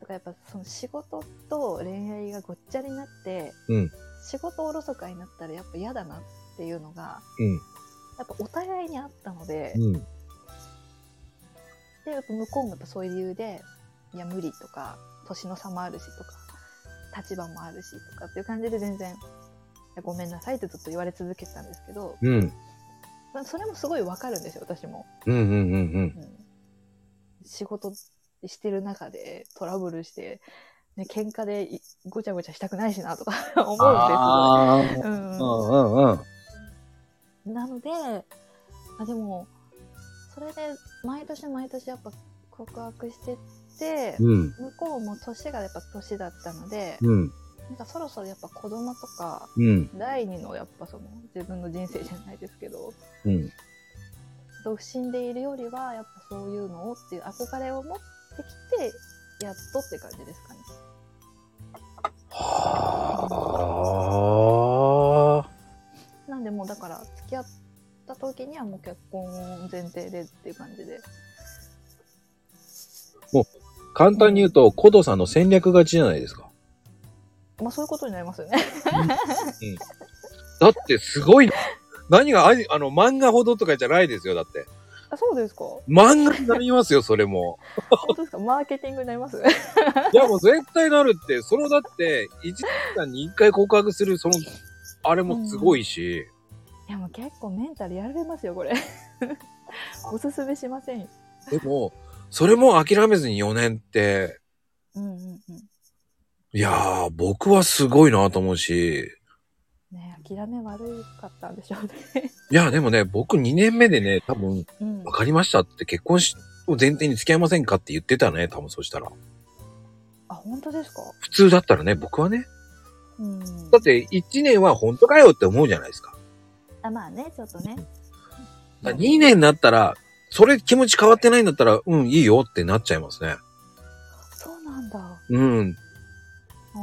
Speaker 2: とかやっぱその仕事と恋愛がごっちゃになって、
Speaker 1: うん
Speaker 2: 仕事おろそかになったらやっぱ嫌だなっていうのが
Speaker 1: うん。
Speaker 2: やっぱお互いにあったので、
Speaker 1: うん。
Speaker 2: でやっぱ向こうもやっぱそういう理由でいや無理とか年の差もあるしとか立場もあるしとかっていう感じで全然いやごめんなさいってずっと言われ続けてたんですけど
Speaker 1: うん。
Speaker 2: まあそれもすごいわかるんですよ私も、
Speaker 1: うんうんうんうん。
Speaker 2: うん仕事してる中でトラブルして、ね、喧嘩でいごちゃごちゃしたくないしなとか 思うん
Speaker 1: あ
Speaker 2: ですよ、
Speaker 1: あ。う
Speaker 2: うん
Speaker 1: うんうん。
Speaker 2: なのであでもそれで毎年毎年やっぱ告白してって、
Speaker 1: うん。
Speaker 2: 向こうも年がやっぱ年だったので、
Speaker 1: うん。
Speaker 2: なんかそろそろやっぱ子供とか
Speaker 1: うん。
Speaker 2: 第二のやっぱその自分の人生じゃないですけど
Speaker 1: うん。
Speaker 2: 独身でいるよりはやっぱそういうのをっていう憧れを持ってきてやっとって感じですかね。
Speaker 1: はあ。
Speaker 2: なんでもうだから付き合った時にはもう結婚前提でっていう感じで。
Speaker 1: 簡単に言うと、コドさんの戦略勝ちじゃないですか。
Speaker 2: まあそういうことになりますよね。
Speaker 1: だってすごいな。何が、ああの、漫画ほどとかじゃないですよ、だって。
Speaker 2: あそうですか本
Speaker 1: 漫画になりますよ、それも。
Speaker 2: 当ですかマーケティングになります
Speaker 1: いや、もう絶対なるって、そのだって、1時間に1回告白する、その、あれもすごいし、
Speaker 2: いやもう結構メンタルやられますよ、 これ。おすすめしませんよ。
Speaker 1: でも、それも諦めずに4年って、
Speaker 2: うんうんうん。
Speaker 1: いやー、僕はすごいなと思うし、
Speaker 2: ね諦め悪かったんでしょうね。
Speaker 1: いや、でもね、僕2年目でね、多分、
Speaker 2: うん
Speaker 1: わ。かりましたって結婚し、を前提に付き合いませんかって言ってたね、多分そしたら。
Speaker 2: あ、本当ですか
Speaker 1: 普通だったらね、僕はね。
Speaker 2: うん
Speaker 1: だっ。て、1年は本当かよって思うじゃないですか。
Speaker 2: あ、まあね、ちょっとね。
Speaker 1: 2年になったら、それ気持ち変わってないんだったら、うん、いいよってなっちゃいますね。
Speaker 2: そうなんだ。
Speaker 1: うん。
Speaker 2: うー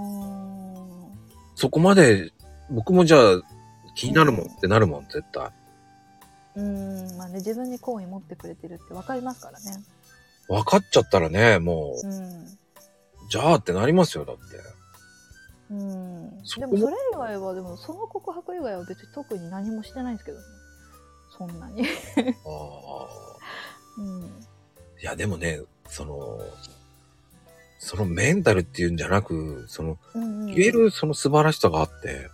Speaker 2: ん。
Speaker 1: そこまで、僕もじゃあ、気になるもんってなるもん、絶対。
Speaker 2: うーんまあね、自分に好意持ってくれてるって分かりますからね。
Speaker 1: 分かっちゃったらね、もう、
Speaker 2: う
Speaker 1: じゃあってなりますよ、だって。
Speaker 2: ん。うん。
Speaker 1: そ
Speaker 2: で
Speaker 1: こ
Speaker 2: もそれ以外は、でもその告白以外は別に特に何もしてないんですけどね。そんなに。
Speaker 1: ああ。
Speaker 2: うん。
Speaker 1: いや、でもね、その、そのメンタルっていうんじゃなく、その、
Speaker 2: うんうん、
Speaker 1: 言えるその素晴らしさがあって、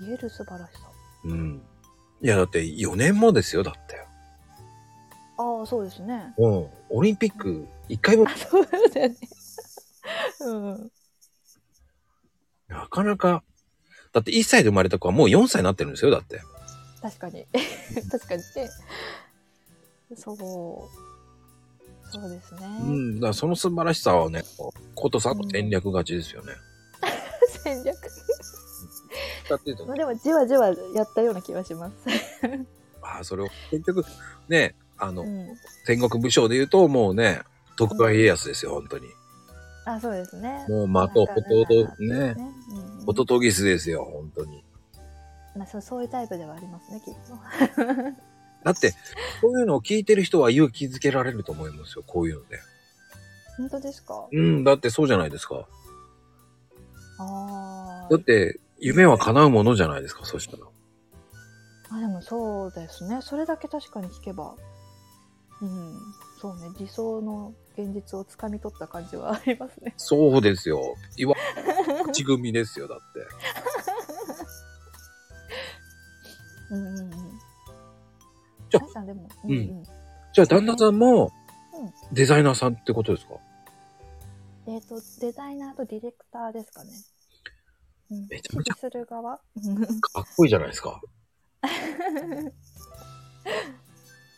Speaker 2: 言える素晴らしさ。
Speaker 1: うん。いや、だって4年もですよ、だって。
Speaker 2: ああ、そうですね。
Speaker 1: うん。オリンピック1回も、
Speaker 2: そうだよね。 うん。
Speaker 1: なかなか、だって1歳で生まれた子はもう4歳になってるんですよ、だって。
Speaker 2: 確かに。 確かに。そう。そうですね。
Speaker 1: うん。だからその素晴らしさはね、ことさんの戦略勝ちですよね。
Speaker 2: 戦略。
Speaker 1: だって言う
Speaker 2: ま
Speaker 1: と
Speaker 2: あ、でも、じわじわやったような気がします。
Speaker 1: ああ、それを、結局、ね、あの、
Speaker 2: うん。
Speaker 1: 戦国武将で言うともうね、徳川家康ですよ、本当に。
Speaker 2: あ、そうですね。
Speaker 1: もう的を弟、ね、
Speaker 2: ね。うんうん
Speaker 1: ホトトギスですよ、本当に。
Speaker 2: まあ、そうそういうタイプではありますね、きっと。
Speaker 1: だって、こういうのを聞いてる人は勇気づけられると思いますよ、こういうので。
Speaker 2: 本当ですか
Speaker 1: うん、だってそうじゃないですか。
Speaker 2: あ
Speaker 1: だって、夢は叶うものじゃないですか、そしたら。
Speaker 2: あ。あ、でもそうですね。それだけ確かに聞けば。うん。そうね。理想の現実をつかみ取った感じはありますね。
Speaker 1: そうですよ。いわ、口組ですよ、だって。
Speaker 2: うんうんうん。
Speaker 1: じゃ
Speaker 2: あ、でも、
Speaker 1: うんじゃあ、旦那さんも
Speaker 2: うん、
Speaker 1: デザイナーさんってことですか
Speaker 2: えっ、と、デザイナーとディレクターですかね。うん。
Speaker 1: めちゃめちゃ
Speaker 2: 指示する側
Speaker 1: かっこいいじゃないですか。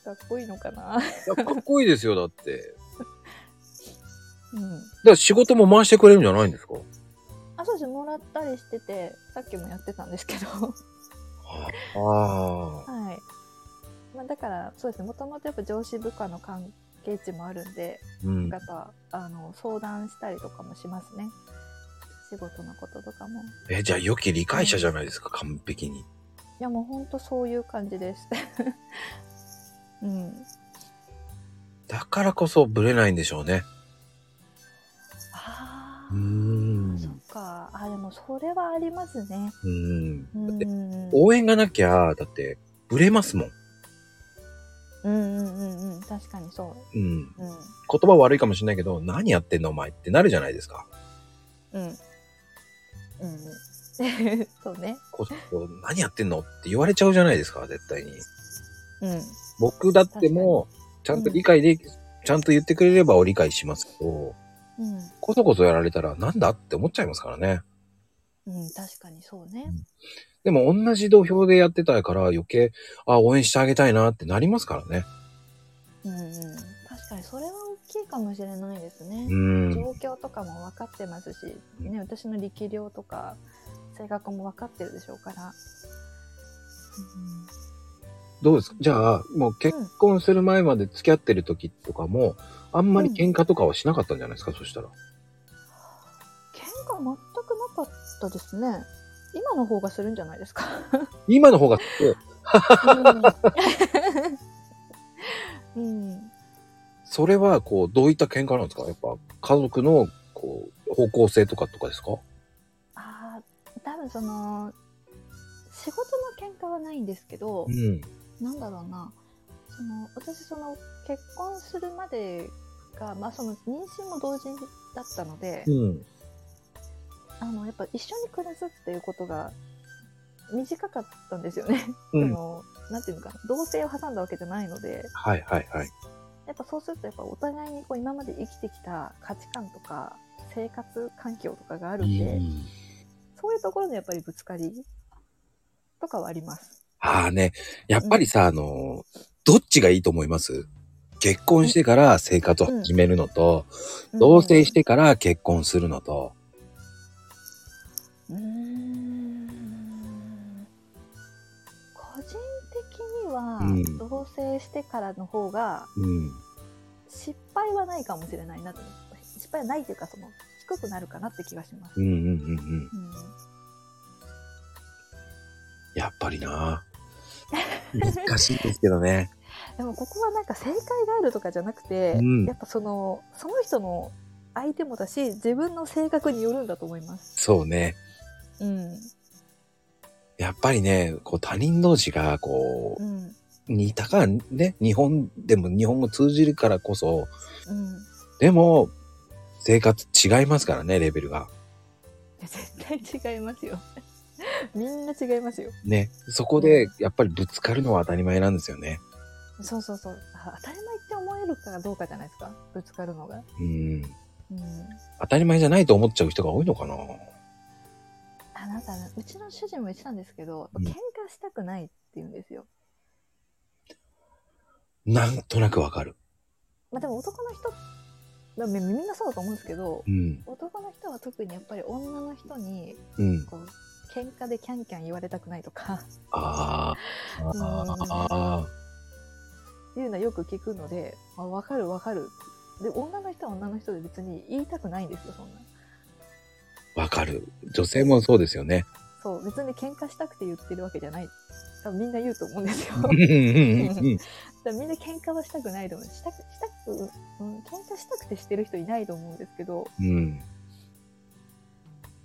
Speaker 2: かっこいいのかな。
Speaker 1: いやかっこいいですよ、だって。
Speaker 2: うん。
Speaker 1: だから仕事も回してくれるんじゃないんですか
Speaker 2: あ、そうです。もらったりしてて、さっきもやってたんですけど。
Speaker 1: ああ。
Speaker 2: はい。まあ、だから、そうですね。もともとやっぱ上司部下の関係値もあるんで、
Speaker 1: うん。
Speaker 2: やっぱ、あの、相談したりとかもしますね。仕事のこととかも。い
Speaker 1: え、じゃあ、良き理解者じゃないですか、完璧に。
Speaker 2: や、もうほんとそういう感じです。 うん。
Speaker 1: だからこそ、ブレないんでしょうね。
Speaker 2: あ
Speaker 1: う
Speaker 2: あ、
Speaker 1: ー
Speaker 2: そ
Speaker 1: ん
Speaker 2: っ。か。あ、でもそれはありますね。
Speaker 1: うん。
Speaker 2: う
Speaker 1: だって
Speaker 2: ん。
Speaker 1: 応援がなきゃ、だって、ブレますもん。
Speaker 2: うんうんうんうん。確かにそ
Speaker 1: うん。
Speaker 2: う。うん。
Speaker 1: 言葉悪いかもしれないけど、何やってんのお前ってなるじゃないですか。
Speaker 2: うん。うんうん。 そうね。
Speaker 1: こう何やってんのって言われちゃうじゃないですか、絶対に。
Speaker 2: うん。
Speaker 1: 僕だっても、ちゃ
Speaker 2: に
Speaker 1: んと理解で、ちゃんと言ってくれればお理解しますけど、
Speaker 2: うん。
Speaker 1: こそこそやられたらなんだって思っちゃいますからね。
Speaker 2: うん、確かにそうね。
Speaker 1: でも同じ土俵でやってたから余計、あ、応援してあげたいなってなりますからね。
Speaker 2: うんうん、確かにそれは大きいかもしれないです
Speaker 1: う
Speaker 2: ね、
Speaker 1: ん。
Speaker 2: 状況とかも分かってますし、ね、私の力量とか性格も分かってるでしょうから、
Speaker 1: どうですかじゃあ、もう結婚する前まで付き合ってる時とかも、あんまり喧嘩とかはしなかったんじゃないですか、そしたら。
Speaker 2: うん、喧嘩全くなかったですね今の方がするんじゃないですか、
Speaker 1: 今の方が、
Speaker 2: うんうん、
Speaker 1: それはこう、どういった喧嘩なんですかやっぱ、家族の、こう、方向性とかとかですか
Speaker 2: 多分その仕事の喧嘩はないんですけど、
Speaker 1: うん。
Speaker 2: なんだろうなその私その結婚するまでが、まあ、その妊娠も同時だったので、
Speaker 1: うん。
Speaker 2: あのやっぱ一緒に暮らすっていうことが短かったんですよね。
Speaker 1: う
Speaker 2: そ
Speaker 1: ん。
Speaker 2: のなんていうのかな同棲を挟んだわけじゃないので
Speaker 1: はいはいはい。
Speaker 2: やっぱそうするとやっぱお互いにこう今まで生きてきた価値観とか生活環境とかがあるんで、
Speaker 1: うん
Speaker 2: そういうところのやっぱりぶつかりとかはあります。
Speaker 1: ああね、やっぱりさ、あの、どっちがいいと思います結婚してから生活を始めるのと、同棲してから結婚するのと、
Speaker 2: うーん個人的には
Speaker 1: うん
Speaker 2: 同棲してからの方が
Speaker 1: うん。
Speaker 2: 失敗はないかもしれないなと思って失敗はないというかその低くなるかなって気がします
Speaker 1: うんう。んうんうん。
Speaker 2: うん
Speaker 1: やっぱりな。難しいですけどね。
Speaker 2: でもここはなんか正解があるとかじゃなくて、
Speaker 1: うん
Speaker 2: やっぱそのその人の相手もだし自分の性格によるんだと思います。
Speaker 1: そうね。
Speaker 2: うん
Speaker 1: やっぱりね、こう他人同士が、こ
Speaker 2: うん
Speaker 1: う、似たか、ね、日本でも日本語通じるからこそ、
Speaker 2: うん、
Speaker 1: でも、生活違いますからね、レベルが。
Speaker 2: 絶対違いますよ。 みんな違いますよ。
Speaker 1: ね。そこで、やっぱりぶつかるのは当たり前なんですよね。
Speaker 2: そうそうそう。あ当たり前って思えるかどうかじゃないですか。ぶつかるのが。
Speaker 1: うん。
Speaker 2: うん。
Speaker 1: 当たり前じゃないと思っちゃう人が多いのかな。
Speaker 2: あ、なんかね、うちの主人も言ってたんですけど、
Speaker 1: うん
Speaker 2: 喧嘩したくないって言うんですよ。
Speaker 1: なんとなくわかる。
Speaker 2: まあでも男の人、まあみみんなそうだと思うんですけど、
Speaker 1: うん。
Speaker 2: 男の人は特にやっぱり女の人に、
Speaker 1: うん。
Speaker 2: こう、喧嘩でキャンキャン言われたくないとか、
Speaker 1: ああ。ああ。
Speaker 2: いうのはよく聞くので、あ、わかるわかる。で、女の人は女の人で別に言いたくないんですよ、そんな。
Speaker 1: わかる。女性もそうですよね。
Speaker 2: そう、別に喧嘩したくて言ってるわけじゃない。多分みんな言うと思うんですよ。
Speaker 1: うんうんうんうん。
Speaker 2: だからみんな喧嘩はしたくないと思うしたくしたく、うん、喧嘩したくてしてる人いないと思うんですけど
Speaker 1: うん。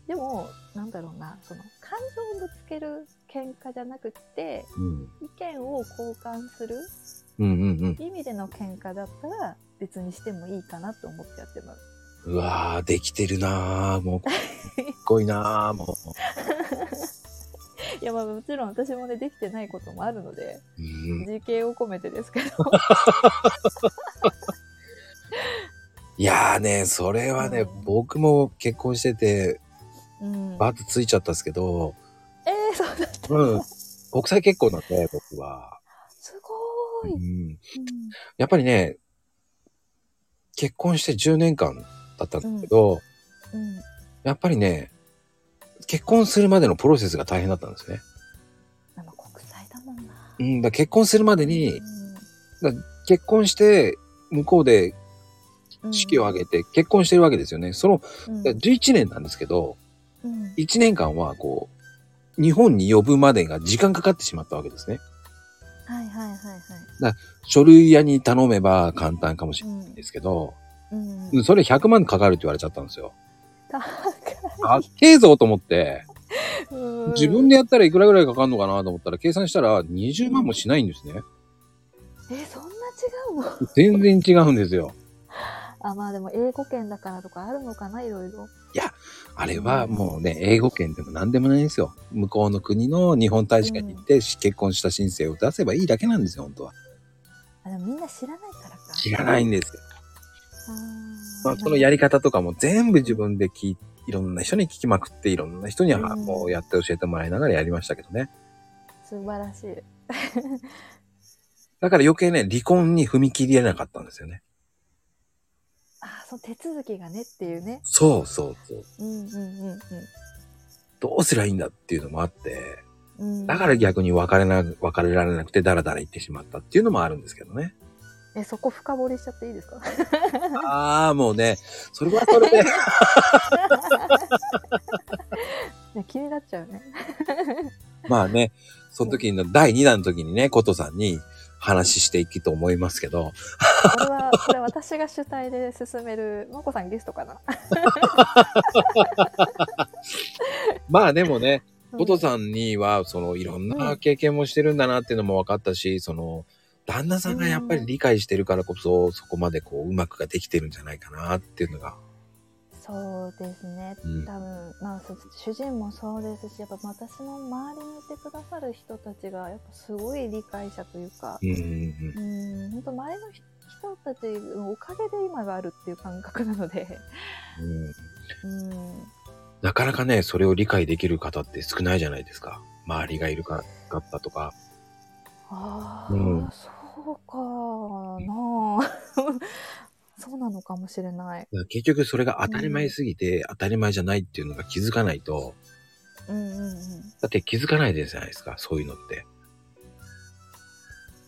Speaker 2: でもなんだろうなその感情をぶつける喧嘩じゃなくって
Speaker 1: うん。
Speaker 2: 意見を交換する
Speaker 1: うんうんうん。
Speaker 2: 意味での喧嘩だったら別にしてもいいかなと思ってやってます
Speaker 1: うわー、できてるなー。もう、かっこいいなー。も
Speaker 2: いやまあもちろん私もねできてないこともあるので
Speaker 1: う。うん。
Speaker 2: 自敬を込めてですけど
Speaker 1: いやーね、それはね、
Speaker 2: うん
Speaker 1: 僕も結婚してて、
Speaker 2: うん
Speaker 1: バーッとついちゃったんですけど、
Speaker 2: えー、そうだ
Speaker 1: うん。国際結婚なんで、僕は。
Speaker 2: すご
Speaker 1: う
Speaker 2: ーい、
Speaker 1: ん。やっぱりね、結婚して10年間だったんですけど、
Speaker 2: うんうん、
Speaker 1: やっぱりね、結婚するまでのプロセスが大変だったんですね。
Speaker 2: でも国際だもんな
Speaker 1: うん、だから結婚するまでに、結婚して、向こうで式を挙げて結婚してるわけですよね。その
Speaker 2: うん
Speaker 1: だから11年なんですけど、
Speaker 2: うん
Speaker 1: 1年間はこう、日本に呼ぶまでが時間かかってしまったわけですね。
Speaker 2: はいはいはいはい。
Speaker 1: 書類屋に頼めば簡単かもしれないんですけど、
Speaker 2: うん。
Speaker 1: うんそれ100万かかるって言われちゃったんですよ。
Speaker 2: 高
Speaker 1: あっ
Speaker 2: い。
Speaker 1: けえぞと思って、
Speaker 2: うん
Speaker 1: 自分で。やったらいくらぐらいかかるのかなと思ったら、計算したら20万もしないんですね。
Speaker 2: え、そんな違うの
Speaker 1: 全然違うんですよ。
Speaker 2: あ、まあでも英語圏だからとかあるのかな、いろいろ。
Speaker 1: あれはもうね、英語圏でも何でもないんですよ。向こうの国の日本大使館に行って、結婚した申請を出せばいいだけなんですよ、本当は。
Speaker 2: あでもみんな知らないからか。
Speaker 1: 知らないんですよ。
Speaker 2: あー
Speaker 1: まあ、そのやり方とかも全部自分で聞いいろんな人に聞きまくって、いろんな人には
Speaker 2: うん
Speaker 1: もうやって教えてもらいながらやりましたけどね。
Speaker 2: 素晴らしい。
Speaker 1: だから余計ね、離婚に踏み切れなかったんですよね。
Speaker 2: あー、そう、手続きがねっていうね。
Speaker 1: そうそうそう。
Speaker 2: うんうんうん
Speaker 1: どうすりゃいいんだっていうのもあって、
Speaker 2: うん。うん
Speaker 1: だから逆に別れな、別れられなくてダラダラ行ってしまったっていうのもあるんですけど ね。
Speaker 2: え、そこ深掘りしちゃっていいですか
Speaker 1: ああ、もうね、それはそれで、
Speaker 2: ね気になっちゃうね。
Speaker 1: まあね、その時の第2弾の時にね、コトさんに話していきと思いますけど、
Speaker 2: これは、これ私が主体で進める、もこさんゲストかな
Speaker 1: まあでもね、
Speaker 2: そう
Speaker 1: お父さんには、その、いろん
Speaker 2: う
Speaker 1: なん経験もしてるんだなっていうのも分かったし、その、旦那さんがやっぱり理解してるからこそ、そこまでこう、うまくができてるんじゃないかなっていうのが。
Speaker 2: そうですね
Speaker 1: うん。
Speaker 2: 多分まあそ主人もそうですしやっぱ私の周りにいてくださる人たちがやっぱすごい理解者というか
Speaker 1: うんうん
Speaker 2: うん本当周りの人人たちのおかげで今があるっていう感覚なので
Speaker 1: うんうん。
Speaker 2: うん
Speaker 1: なかなかね、それを理解できる方って少ないじゃないですか。周りがいるか、かったとか。
Speaker 2: ああ、
Speaker 1: うん
Speaker 2: そうかなあ そうなのかもしれない
Speaker 1: 結局それが当たり前すぎて、当たり前じゃないっていうのが気づかないと、
Speaker 2: うんうん
Speaker 1: だって気づかないじゃないですか、そういうのって。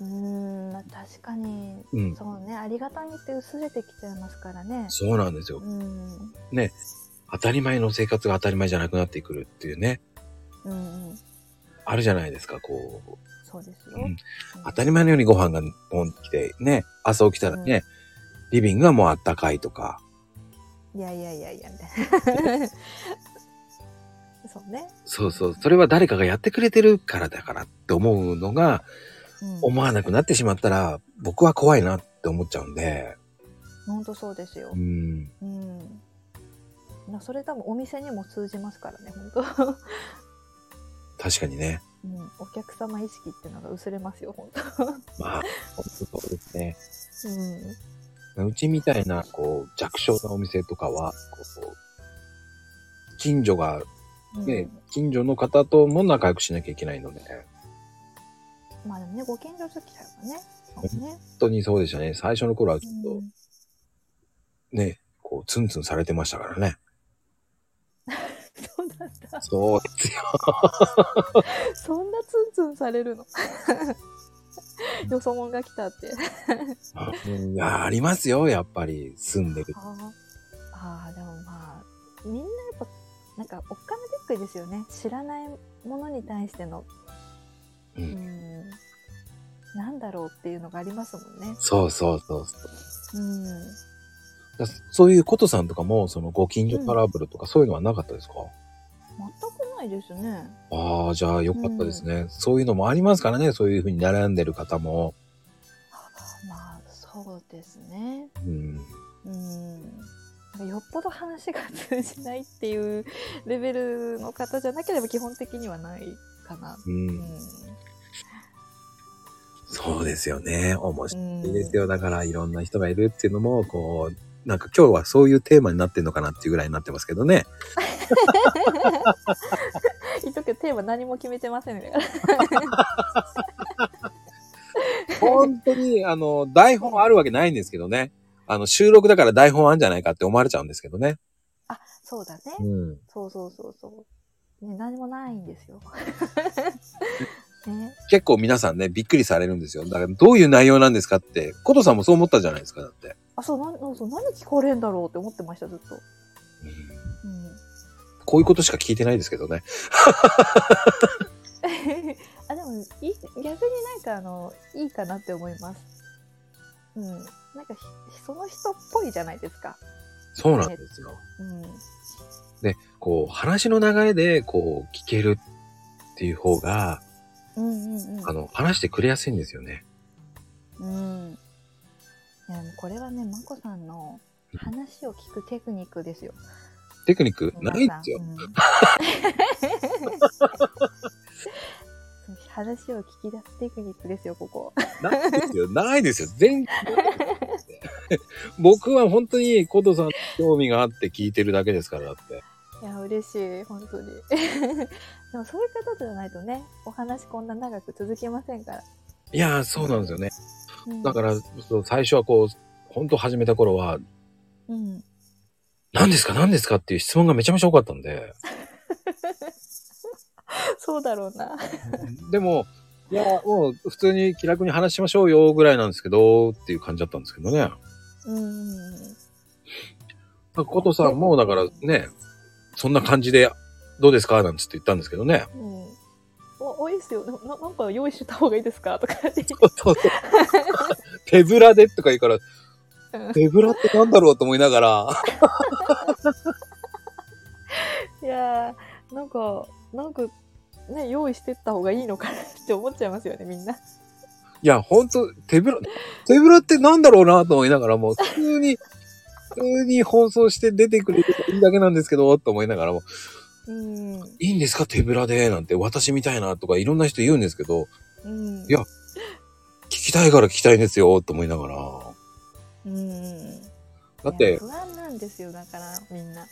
Speaker 2: うんうーん確かに
Speaker 1: うん。
Speaker 2: そうねありがたみって薄れてきちゃいますからね
Speaker 1: そうなんですよ
Speaker 2: う。ん
Speaker 1: 当たり前の生活が当たり前じゃなくなってくるっていうね、
Speaker 2: うんうん
Speaker 1: あるじゃないですか、こう。
Speaker 2: そうですよ、
Speaker 1: うん
Speaker 2: うん
Speaker 1: 当たり前のようにご飯がポンってきて、ね、朝起きたらね、リビングがもうあったかいとか、
Speaker 2: いやいやいやい やみたいなそうね、
Speaker 1: そうそう、それは誰かがやってくれてるからだからって思うのが、
Speaker 2: うん、
Speaker 1: 思わなくなってしまったら、僕は怖いなって思っちゃうんで、
Speaker 2: 本当そうですよ
Speaker 1: うん、
Speaker 2: うんなそれ多分お店にも通じますからね本
Speaker 1: 確かにね。
Speaker 2: 当、うん、お客様意識っていうのが薄れますよ本当
Speaker 1: まあ、そうですね。
Speaker 2: うん
Speaker 1: うちみたいな、こう、弱小なお店とかは、こう、近所が、ね、近所の方とも仲良くしなきゃいけないので、
Speaker 2: うん、まあでもねご近所付き合いはねそうね、
Speaker 1: 本当にそうでしたね。最初の頃はちょっ
Speaker 2: う
Speaker 1: と
Speaker 2: ん
Speaker 1: ね、こう、ツンツンされてましたからね。
Speaker 2: そうなんだ
Speaker 1: そうですよ。
Speaker 2: そんなツンツンされる のよそ者が来たって
Speaker 1: いや、ありますよ、やっぱり、住んでる。
Speaker 2: ああーでもまあみんなやっぱなんかおっかなびっくりですよね知らないものに対しての
Speaker 1: う。
Speaker 2: うんんなんだろうっていうのがありますもんね
Speaker 1: そうそうそうそう。
Speaker 2: うん
Speaker 1: だそういうことさんとかも、そのご近所トラブルとかそういうのはなかったですか、
Speaker 2: 全くないですね
Speaker 1: ああ、じゃあよかったですね、そういうのもありますからね、そういうふうに悩んでる方も。
Speaker 2: まあそうですね
Speaker 1: うん。
Speaker 2: うんよっぽど話が通じないっていうレベルの方じゃなければ基本的にはないかな。
Speaker 1: う。
Speaker 2: うんん。
Speaker 1: そうですよね。面白
Speaker 2: うん
Speaker 1: いですよ。だから、いろんな人がいるっていうのも、こう、なんか今日はそういうテーマになってんのかなっていうぐらいになってますけどね。
Speaker 2: 言っとくけどテーマ何も決めてませんから。
Speaker 1: 本当に、あの、台本あるわけないんですけどね。あの、収録だから台本あるんじゃないかって思われちゃうんですけどね。
Speaker 2: あ、そうだね。
Speaker 1: うん。
Speaker 2: そうそうそうそう。ね、何もないん ですよ。ね。
Speaker 1: 結構皆さんね、びっくりされるんですよ。だから、どういう内容なんですかって、コトさんもそう思ったじゃないですか、だって。
Speaker 2: あ、そう、なんそう何聞かれんだろうって思ってました、ずっと。うん。
Speaker 1: こういうことしか聞いてないですけどね。
Speaker 2: あでもいい逆になんかあのいいかなって思います。うん、なんかひその人っぽいじゃないですか。
Speaker 1: そうなんですよ。
Speaker 2: うん、
Speaker 1: こう、話の流れで、こう、聞けるっていう方が、
Speaker 2: うんうんうん。
Speaker 1: あの、話してくれやすいんですよね。
Speaker 2: うん。いやでもこれはねまこさんの話を聞くテクニックですよ。
Speaker 1: テクニックな
Speaker 2: 皆さん
Speaker 1: いですよ。
Speaker 2: うん 話を聞き出すテクニックですよここ。
Speaker 1: ないですよ。ないですよ。全 僕は本当にコトさんの興味があって聞いてるだけですから、だって。
Speaker 2: いや、嬉しい、本当に。 でも、そういう方じゃないとね、お話こんな長く続きませんから。
Speaker 1: いやー、そうなんですよね。
Speaker 2: うん、
Speaker 1: だから、そう最初はこう、本当始めた頃は、
Speaker 2: うん。
Speaker 1: 何ですか何ですかっていう質問がめちゃめちゃ多かったんで。
Speaker 2: そうだろうな。
Speaker 1: でも、いや、もう普通に気楽に話しましょうよぐらいなんですけど、っていう感じだったんですけどね。
Speaker 2: うん。
Speaker 1: ことさんも、だからね、そんな感じで、どうですかなんつって言ったんですけどね。
Speaker 2: うん。お、おいっすよ。ななんか用意した方がいいですかとか 言って。
Speaker 1: 手ぶらでとか言うから、
Speaker 2: うん
Speaker 1: 手ぶらってなんだろうと思いながら、
Speaker 2: いやーなんかなんかね用意してった方がいいのかなって思っちゃいますよねみんな。
Speaker 1: いや、ほんと、手ぶら、手ぶらってなんだろうなと思いながらも、普通に、普通に放送して出てくれるいいだけなんですけど、と思いながらも、
Speaker 2: うんう
Speaker 1: いいんですか手ぶらで、なんて、私みたいなとかいろんな人言うんですけど、
Speaker 2: ん
Speaker 1: いや聞きたいから聞きたいんですよ、と思いながら。
Speaker 2: うん
Speaker 1: だっ
Speaker 2: い
Speaker 1: て
Speaker 2: や、不安なんですよだからみんな。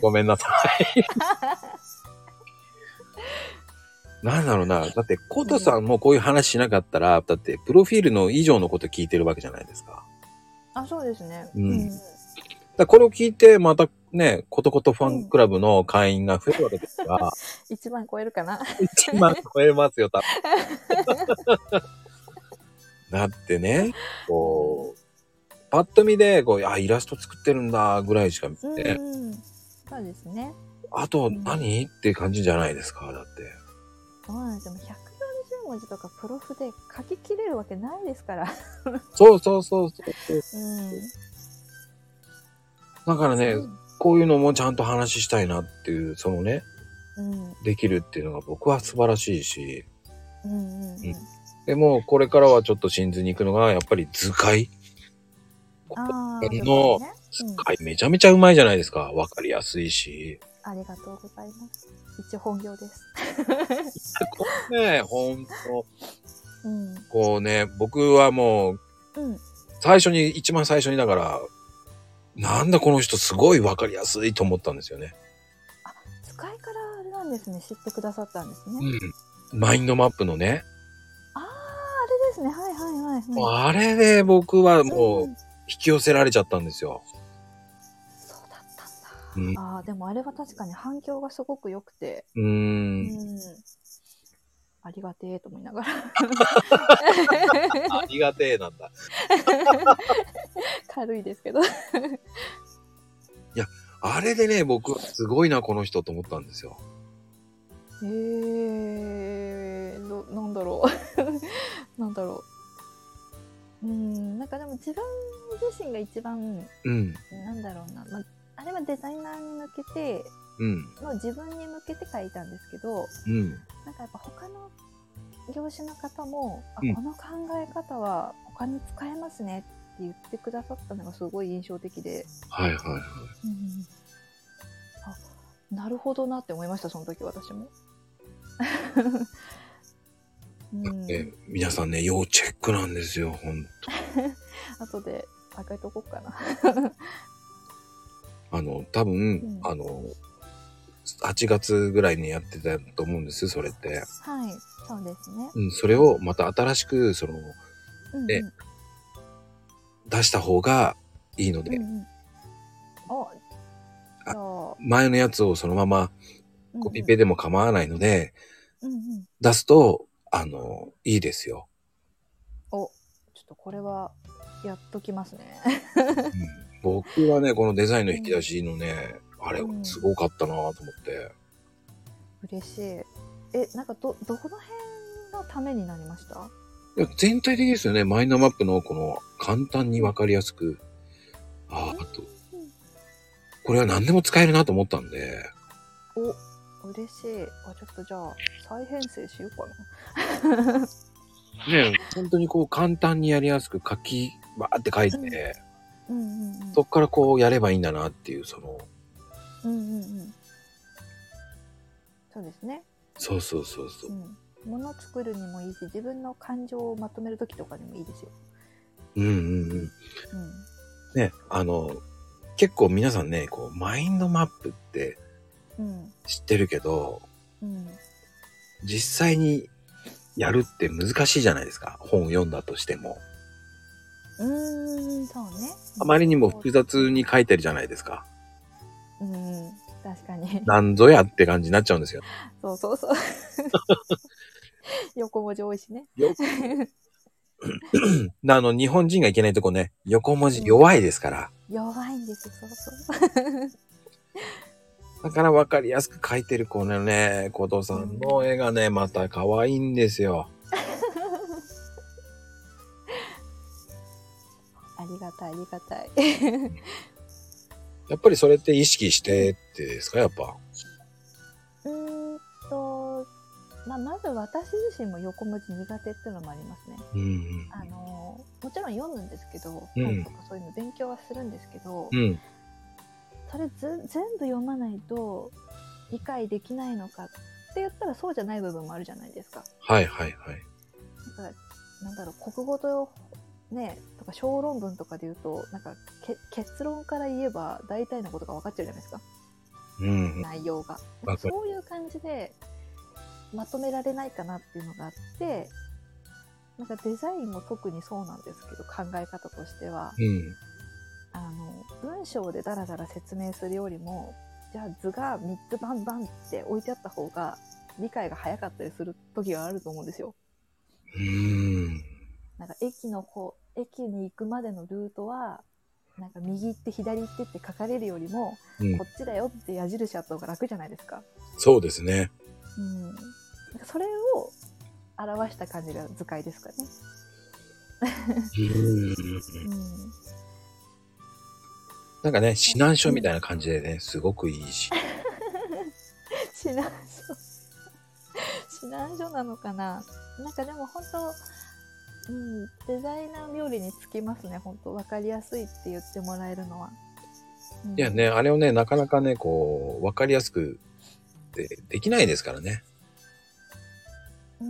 Speaker 1: ごめんなさ い。なんだろうな。だって、コトさんもこういう話しなかったら、だって、プロフィールの以上のこと聞いてるわけじゃないですか。だか
Speaker 2: あそうですね。
Speaker 1: うんらこれを聞いて、またね、ことことファンクラブの会員が増えるわけですから、
Speaker 2: 一番超えるかな。
Speaker 1: 1万超えますよ、多 分。だってね、こう、パッと見で、こう、あ、イラスト作ってるんだ、ぐらいしか見て、
Speaker 2: うんそうですね。
Speaker 1: あと何って感じじゃないですか、だって。
Speaker 2: そうなんですよ。140文字とかプロフで書ききれるわけないですから。
Speaker 1: そうそうそうそう。
Speaker 2: うん。
Speaker 1: だからね、こういうのもちゃんと話したいなっていう、そのね、
Speaker 2: うん。
Speaker 1: できるっていうのが僕は素晴らしいし、
Speaker 2: うん。うん。うん。
Speaker 1: でもこれからはちょっと真珠に行くのが、やっぱり図解。
Speaker 2: ああ、
Speaker 1: これの
Speaker 2: そうです
Speaker 1: 図
Speaker 2: ねうん
Speaker 1: 解めちゃめちゃうまいじゃないですか。わかりやすいし。
Speaker 2: ありがとうございます。一応本業です。
Speaker 1: これね、ほんと、
Speaker 2: うん。うん。
Speaker 1: こうね、僕はもう、最初に、一番最初にだから、なんだこの人すごいわかりやすいと思ったんですよね。
Speaker 2: 使いからあれなんですね。知ってくださったんですね。
Speaker 1: うん。マインドマップのね。
Speaker 2: ああ、あれですね。はいはいはいはい。
Speaker 1: もうあれで僕はもう
Speaker 2: うん
Speaker 1: 引き寄せられちゃったんですよ。
Speaker 2: そうだったんだ。
Speaker 1: うん。う
Speaker 2: ああ、でもあれは確かに反響がすごく良くて。
Speaker 1: ー。
Speaker 2: うん ん。ありがてえと思いながら。
Speaker 1: ありがてえなんだ。
Speaker 2: 軽いですけど。
Speaker 1: あれでね、僕はすごいな、この人と思ったんですよ。
Speaker 2: えー、どなんだろう なんだろううんなんかでも自分自身が一番
Speaker 1: うん。
Speaker 2: なんだろうな、まあ、あれはデザイナーに向けて
Speaker 1: うん。
Speaker 2: の自分に向けて書いたんですけど
Speaker 1: うん。
Speaker 2: なんかやっぱ他の業種の方も、あ
Speaker 1: うん
Speaker 2: この考え方は他に使えますねって言ってくださったのがすごい印象的で、
Speaker 1: はいはいはい。
Speaker 2: あなるほどなって思いましたその時私も。 うん、
Speaker 1: え皆さんね、要チェックなんですよ、ほんと。
Speaker 2: 後で上げとこうかな。
Speaker 1: あの、多分、
Speaker 2: ん
Speaker 1: あの、8月ぐらいにやってたと思うんです、それって。
Speaker 2: はい、そうですね。
Speaker 1: うん、それをまた新しく、その、
Speaker 2: うん
Speaker 1: え出した方がいいの
Speaker 2: うん、
Speaker 1: で、
Speaker 2: うんうん。お、じゃあ、
Speaker 1: 前のやつをそのままコピペでも構わないので、
Speaker 2: うんうん。うんうん
Speaker 1: 出すと、あの、いいですよ。
Speaker 2: お、ちょっとこれはやっときますね。
Speaker 1: うん、僕はね、このデザインの引き出しのね、あれ
Speaker 2: う、ん
Speaker 1: すごかったなと思って。
Speaker 2: 嬉しい。え、なんかどどこの辺のためになりました？
Speaker 1: いや全体的ですよね、マイナーマップのこの、簡単にわかりやすく、ああ、あと、これは何でも使えるなと思ったんで、
Speaker 2: お、嬉しい。あ、ちょっとじゃあ再編成しようかな。
Speaker 1: ね、本当にこう簡単にやりやすく書き、ばーって書いて、
Speaker 2: うんうんうん。
Speaker 1: そっからこうやればいいんだなっていう、その、
Speaker 2: うんうんうん。そうですね。
Speaker 1: そうそうそうそう
Speaker 2: う。ん。物作るにもいいし、自分の感情をまとめるときとかにもいいですよ。
Speaker 1: うんうんうん。ね、あの、結構皆さんね、こう、マインドマップって
Speaker 2: うん。うん。
Speaker 1: 知ってるけど、
Speaker 2: うん。
Speaker 1: 実際にやるって難しいじゃないですか。本を読んだとしても。
Speaker 2: うーん、そうね。
Speaker 1: あまりにも複雑に書いてるじゃないですか。
Speaker 2: うん。確かに。
Speaker 1: なんぞやって感じになっちゃうんですよ。
Speaker 2: そうそうそう。 横文字多いしね。
Speaker 1: よあの、日本人がいけないとこね、横文字弱いですから。
Speaker 2: 弱いんですよ、そうそう。
Speaker 1: だから分かりやすく書いてるこのね、小藤さんの絵がね、また可愛いんですよ。
Speaker 2: ありがたい、ありがた い。
Speaker 1: やっぱりそれって意識してってですか、やっぱ。
Speaker 2: うーまあ、まず私自身も横文字苦手っていうのもありますね。
Speaker 1: うんうん
Speaker 2: あのもちろん読むんですけど、
Speaker 1: うん
Speaker 2: 本とかそういうの勉強はするんですけど、
Speaker 1: うん
Speaker 2: それず全部読まないと理解できないのかって言ったらそうじゃない部分もあるじゃないですか。
Speaker 1: はいはいはい
Speaker 2: だからなんだろう国語とねとか小論文とかで言うとなんかけ結論から言えば大体のことが分かっちゃうじゃないですか
Speaker 1: うん
Speaker 2: 内容が。
Speaker 1: わかる
Speaker 2: そういう感じでまとめられないかなっていうのがあってなんかデザインも特にそうなんですけど考え方としては
Speaker 1: うん
Speaker 2: あの文章でダラダラ説明するよりもじゃあ図が3つバンバンって置いてあった方が理解が早かったりする時があると思うんですよ。
Speaker 1: うん
Speaker 2: なんか駅のこう駅に行くまでのルートはなんか右行って左行ってって書かれるよりも、
Speaker 1: うん
Speaker 2: こっちだよって矢印あった方が楽じゃないですか。
Speaker 1: そうですね
Speaker 2: うん、なんかそれを表した感じが図解ですかね。
Speaker 1: うん
Speaker 2: うん、
Speaker 1: なんかね指南書みたいな感じでねすごくいいし
Speaker 2: 指南書指南書なのかななんかでも本当、うん、デザイナー冥利につきますね本当分かりやすいって言ってもらえるのは、うん
Speaker 1: いやねあれをねなかなかねこうわかりやすくでできないですからね
Speaker 2: うー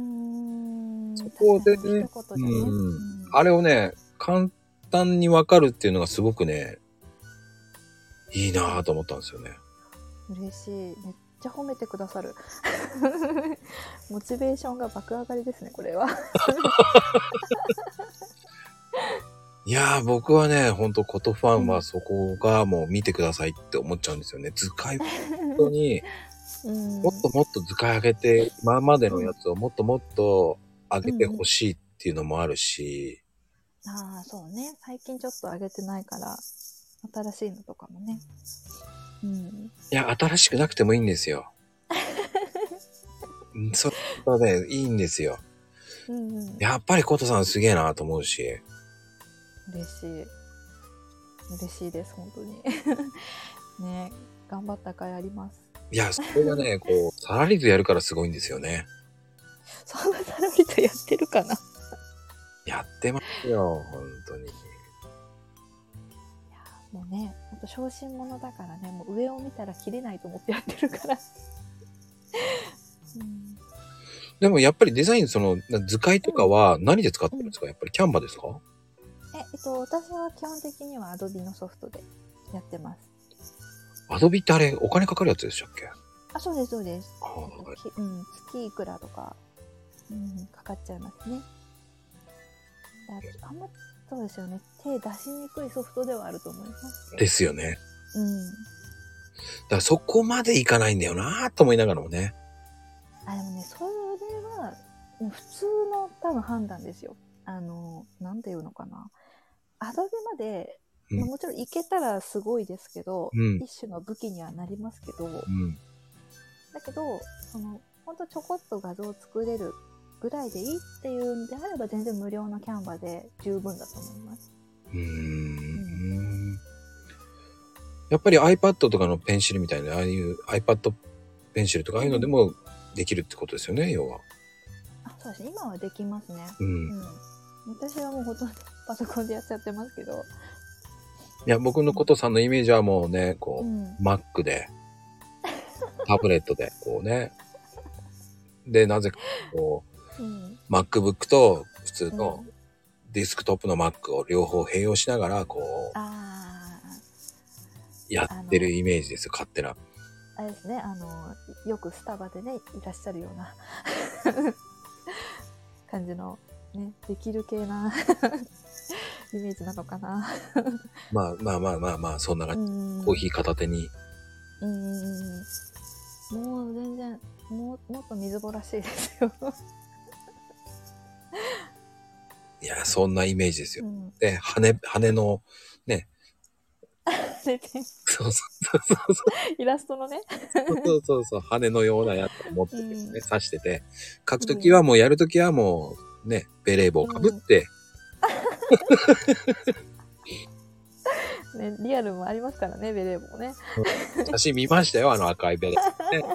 Speaker 2: ん
Speaker 1: そこでね
Speaker 2: 確かに一言でね
Speaker 1: うん
Speaker 2: うん
Speaker 1: あれをね、簡単にわかるっていうのがすごくね、いいなぁと思ったんですよね。
Speaker 2: 嬉しいめっちゃ褒めてくださる モチベーションが爆上がりですねこれは
Speaker 1: いやー僕はね、ほんとことファンはそこがもう見てくださいって思っちゃうんですよね。図解、本当に、
Speaker 2: うん
Speaker 1: もっともっと図解上げて、今までのやつをもっともっと上げてほしいっていうのもあるし、
Speaker 2: ああそうね最近ちょっと上げてないから新しいのとかもねうん
Speaker 1: いや、新しくなくてもいいんですよ。うんそれはね、いいんですよ。
Speaker 2: うんうん
Speaker 1: やっぱりことさんすげえなぁと思うし、
Speaker 2: 嬉しい嬉しいです本当に ね頑張った甲斐あります
Speaker 1: いや、それがね、こう、サラリーズやるからすごいんですよね。
Speaker 2: そんなサラリとやってるかなや
Speaker 1: やってますよ、本当に。
Speaker 2: もうねほんと小心者だからねもう上を見たら切れないと思ってやってるからうん
Speaker 1: でもやっぱりデザイン、その、な図解とかは何で使ってるんですか、やっぱりキャンバですか
Speaker 2: ええっと私は基本的には Adobe のソフトでやってます
Speaker 1: アドビってあれ、お金かかるやつでしたっけあ
Speaker 2: あそうですそうです
Speaker 1: あ、はい
Speaker 2: きうん、月いくらとか、うん、かかっちゃいますね。だあんまそうですよね手出しにくいソフトではあると思います。
Speaker 1: ですよね。
Speaker 2: うん、
Speaker 1: だからそこまでいかないんだよなぁと思いながらもね。
Speaker 2: あでもねそれはもう普通の多分判断ですよ。あのなんていうのかなアドビまで、
Speaker 1: うん
Speaker 2: まあもちろんいけたらすごいですけど、
Speaker 1: うん。
Speaker 2: 一種の武器にはなりますけど、
Speaker 1: うん。
Speaker 2: だけど、その、ほんとちょこっと画像を作れるぐらいでいいっていうんであれば全然無料のキャンバで十分だと思います。
Speaker 1: うーん。やっぱり iPad とかのペンシルみたいな、ああいう iPad ペンシルとかああいうのでもできるってことですよね、要は。
Speaker 2: あ、そうですね。今はできますね。
Speaker 1: う。
Speaker 2: うん
Speaker 1: い
Speaker 2: ん。私はもうほとんどパソコンでやっちゃってますけど。
Speaker 1: や、僕のことさんのイメージはもうね、こう、
Speaker 2: うん。
Speaker 1: Mac で、タブレットで、こうね。で、なぜか、こ
Speaker 2: うん。
Speaker 1: う、MacBook と普通のディスクトップの Mac を両方併用しながら、こう、
Speaker 2: あ
Speaker 1: やってるイメージですよ、勝手な。
Speaker 2: あ、あれですね。あの、よくスタバでね、いらっしゃるような 感じの、ね、できる系な イメージなのかな。
Speaker 1: まあまあまあまあまあ、そんな
Speaker 2: う
Speaker 1: 感じ。
Speaker 2: ん
Speaker 1: コーヒー片手に。
Speaker 2: うんうんうんうんもう全然もうもっと水ぼらしいですよ、
Speaker 1: いや、そんなイメージです
Speaker 2: う
Speaker 1: よ。
Speaker 2: ん、
Speaker 1: で、羽、羽の、
Speaker 2: でで
Speaker 1: そうそうそうそ
Speaker 2: イラストのね
Speaker 1: う そうそうそう、羽のようなやつを持ってて、ね
Speaker 2: うん
Speaker 1: 刺してて、書くときはもう、やるときはもう、ね、ベレー帽かぶって、
Speaker 2: ねリアルもありますからねベレー帽ね
Speaker 1: 写真見ましたよ、あの赤いベレー。ね、うん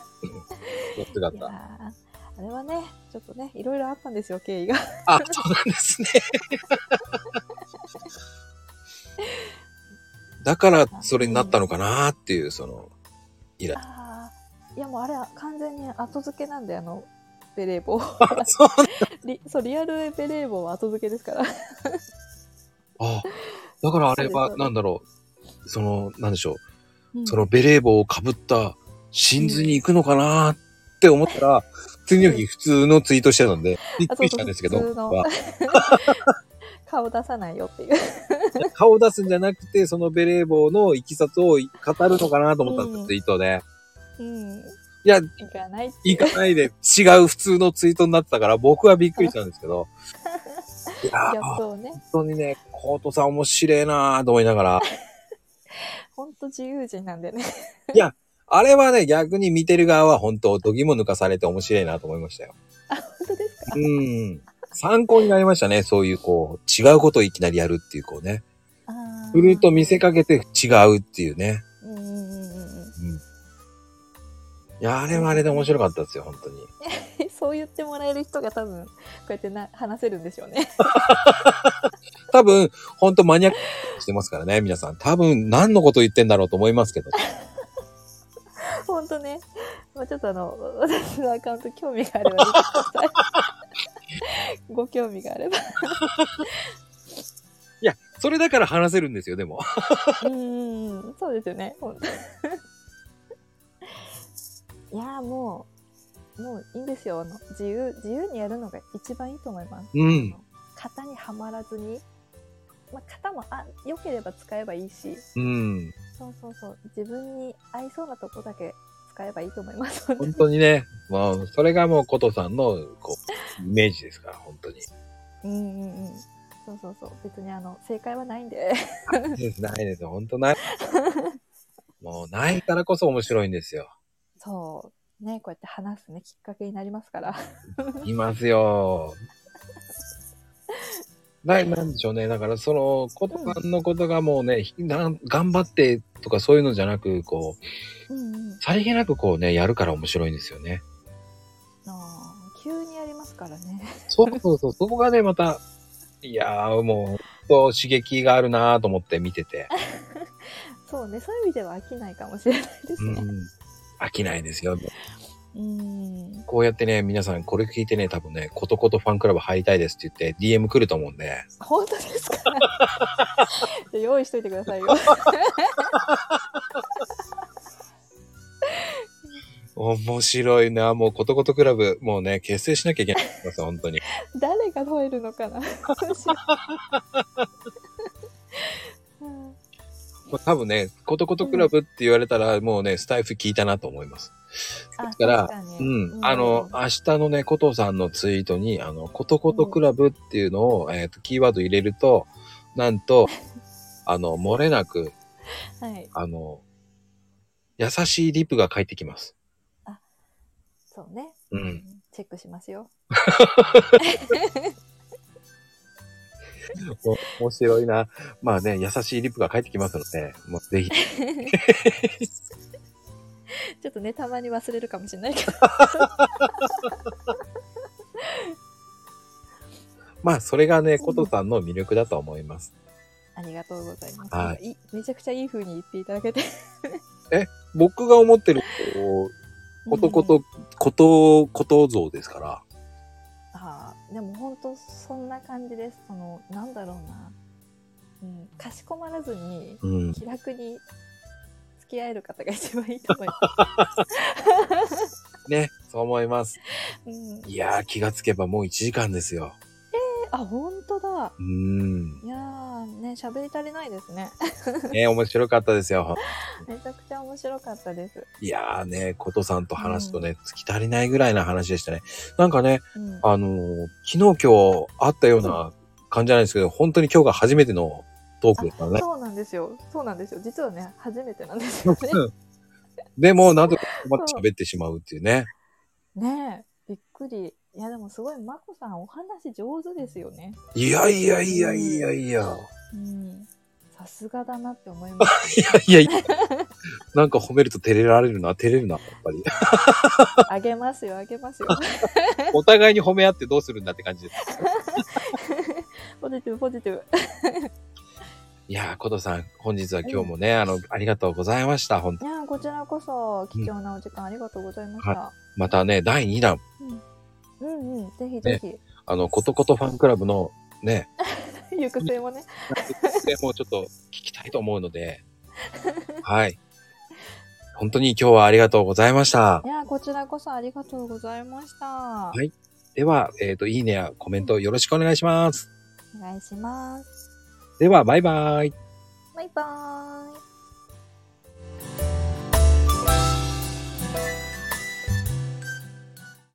Speaker 1: やってた
Speaker 2: い
Speaker 1: っ
Speaker 2: やー
Speaker 1: た。
Speaker 2: あれはね、ちょっとね、いろいろあったんですよ、経緯が。
Speaker 1: あ、そうなんです ね。だから、それになったのかなっていう、その、イラ。
Speaker 2: あーいやもうあれは完全に後付けなんで、あの、ベレー帽。
Speaker 1: あ、 そう。
Speaker 2: リそう、リアルベレー帽は後付けですから。
Speaker 1: あ、だからあれ
Speaker 2: そうで
Speaker 1: は、
Speaker 2: す
Speaker 1: なんだろう。その、なんでしょ
Speaker 2: うん
Speaker 1: う。そのベレー帽をかぶった真珠に行くのかなって思ったら、次の日普通のツイートしてたんで、びっくりしたんですけど、
Speaker 2: あそうそう
Speaker 1: 僕は
Speaker 2: 顔出さないよっていう。
Speaker 1: 顔を出すんじゃなくて、そのベレー帽のいきさつを語るのかなと思ったんです
Speaker 2: う
Speaker 1: よ、
Speaker 2: ん
Speaker 1: ツイートで。
Speaker 2: うん。
Speaker 1: いや、
Speaker 2: いかないっていう
Speaker 1: 行かないで違う普通のツイートになってたから、僕はびっくりしたんですけ ど。いやー、
Speaker 2: やっ
Speaker 1: 本
Speaker 2: とね、
Speaker 1: 当にね、コートさん面白いなーと思いながら、
Speaker 2: ほんと自由人なん でね。
Speaker 1: あれはね、逆に見てる側は本当、どぎも抜かされて面白いなと思いましたよ。
Speaker 2: 本当ですか
Speaker 1: うん。参考になりましたね。そういう、こう、違うことをいきなりやるっていう、こうね。
Speaker 2: あ
Speaker 1: 振ると見せ
Speaker 2: せ
Speaker 1: かけて違うっていうね。
Speaker 2: うんうんうんうんう
Speaker 1: う
Speaker 2: ん。
Speaker 1: ん。いや、あれはあれで面白かったですよ、本当に。
Speaker 2: そう言ってもらえる人が多分、こうやってな話せるんでしょうね。
Speaker 1: 多分、本当マニアックにしてますからね、皆さん。多分、何のこと言ってんだろうと思いますけど。
Speaker 2: ほんとね。まあ、ちょっとあの、私のアカウント興味があれば見てください。 ご興味があれば。
Speaker 1: いや、それだから話せるんですよ、でも。
Speaker 2: うんうんうん、そうですよね。ほんと いやーもう、もういいんですよ。あの自由、自由にやるのが一番いいと思います。
Speaker 1: うん。
Speaker 2: 型にはまらずに、まあ、型もあ良ければ使えばいいし、
Speaker 1: うん。
Speaker 2: そうそうそう、自分に合いそうなとこだけ使えばいいと思います。本当
Speaker 1: 本
Speaker 2: に
Speaker 1: 当にね、まあ、それがもう、ことさんの、こう、イメージですから、本当に。
Speaker 2: うんうんうん。そうそうそう、別にあの正解はないんで。
Speaker 1: ないです、ないです、本当ない。もう、ないからこそ面白いんですよ。
Speaker 2: そう、ね、こうやって話すね、きっかけになりますから。
Speaker 1: いますよ。ない、なんでしょうね。だから、その、ことさんのことがもうね、ひなん頑張ってとかそういうのじゃなく、こう、
Speaker 2: うんうん。
Speaker 1: さりげなくこうね、やるから面白いんですよね。
Speaker 2: あー急にやりますからね。
Speaker 1: そうそう そう、そこがね、また、いやー、もう、ほんと刺激があるなーと思って見てて。
Speaker 2: そうね、そういう意味では飽きないかもしれないです
Speaker 1: うん
Speaker 2: ね。。
Speaker 1: 飽きないですよ。
Speaker 2: うん。
Speaker 1: こうやってね、皆さんこれ聞いてね、多分ね、ことことファンクラブ入りたいですって言って DM 来ると思うんで、
Speaker 2: 本当です かじゃあ用意しといてください よ。
Speaker 1: 面白いな、もうことことクラブ、もうね、結成しなきゃいけないですよ、本当に。
Speaker 2: 誰が吠えるのか なうん
Speaker 1: もう多分ね、ことことクラブって言われたら、もうね、スタイフ聞いたなと思います。
Speaker 2: あ
Speaker 1: だから
Speaker 2: 確に
Speaker 1: うん。あの、明日のね、コトさんのツイートに、あの、ことことクラブっていうのを、えっ、と、キーワード入れると、なん と、あの、漏れなく、
Speaker 2: はい。
Speaker 1: あの、優しいリプが返ってきます。
Speaker 2: そうね。
Speaker 1: う。
Speaker 2: うんんチェックしますよ。
Speaker 1: お面白いな。まあね、優しいリプが返ってきますので、もうぜ ひ。
Speaker 2: ちょっとね、たまに忘れるかもしれないけど。
Speaker 1: まあ、それがね、ことさんの魅力だと思います。
Speaker 2: ありがとうございます。。
Speaker 1: はい
Speaker 2: めちゃくちゃいい風に言っていた だけて。
Speaker 1: 僕が思ってる、こう、ことこ
Speaker 2: うん。
Speaker 1: と、こと、こと像ですから。
Speaker 2: ああ、でも本当そんな感じです。その、なんだろうな。うん、かしこまらずに、
Speaker 1: うん。
Speaker 2: 気楽に付き合える方が一番いいと思いま
Speaker 1: ね、そう思います。
Speaker 2: す。うん、
Speaker 1: いやー、気がつけばもう1時間ですよ。
Speaker 2: あ、本当だ。
Speaker 1: うーん。
Speaker 2: いやー、ね、喋り足りないですね。
Speaker 1: ね、面白かったですよ。
Speaker 2: めちゃくちゃ面白かったです。
Speaker 1: いやーね、ことさんと話すとね、尽き足りないぐらいな話でしたね。なんかね、
Speaker 2: うん、
Speaker 1: あのー昨日今日あったような感じじゃないですけど、本当に今日が初めてのトークですからね。
Speaker 2: そうなんですよ。そうなんですよ。実はね、初めてなんで すよね。
Speaker 1: でも、なんとかまって喋ってしまうっていうね。
Speaker 2: ねえ、びっくり。いや、でもすごい、まこさん、お話上手ですよね。
Speaker 1: いやいやいやいやいや。
Speaker 2: うん。さすがだなって思います。
Speaker 1: いやいやいや。なんか褒めると照れられるな、照れるな、やっぱり。
Speaker 2: あげますよ、あげますよ。
Speaker 1: お互いに褒め合ってどうするんだって感じです。
Speaker 2: ポジティブ、ポジティブ。
Speaker 1: いやー、コトさん、本日は今日もね、あの、ありがとうございました。ほん
Speaker 2: いやーこちらこそ、貴重なお時間ありがとうございました。
Speaker 1: またね、第2弾、
Speaker 2: うんうん、ぜひぜひ。
Speaker 1: あの、コトコトファンクラブの ね、
Speaker 2: 行く末もね。
Speaker 1: でもうちょっと聞きたいと思うので、はい。本当に今日はありがとうございました
Speaker 2: い。やーこちらこそありがとうございました。
Speaker 1: いでは、えっ、と、いいねやコメントよろしくお願いします。
Speaker 2: お願いします。
Speaker 1: では、バイバイ。
Speaker 2: バイバーイ。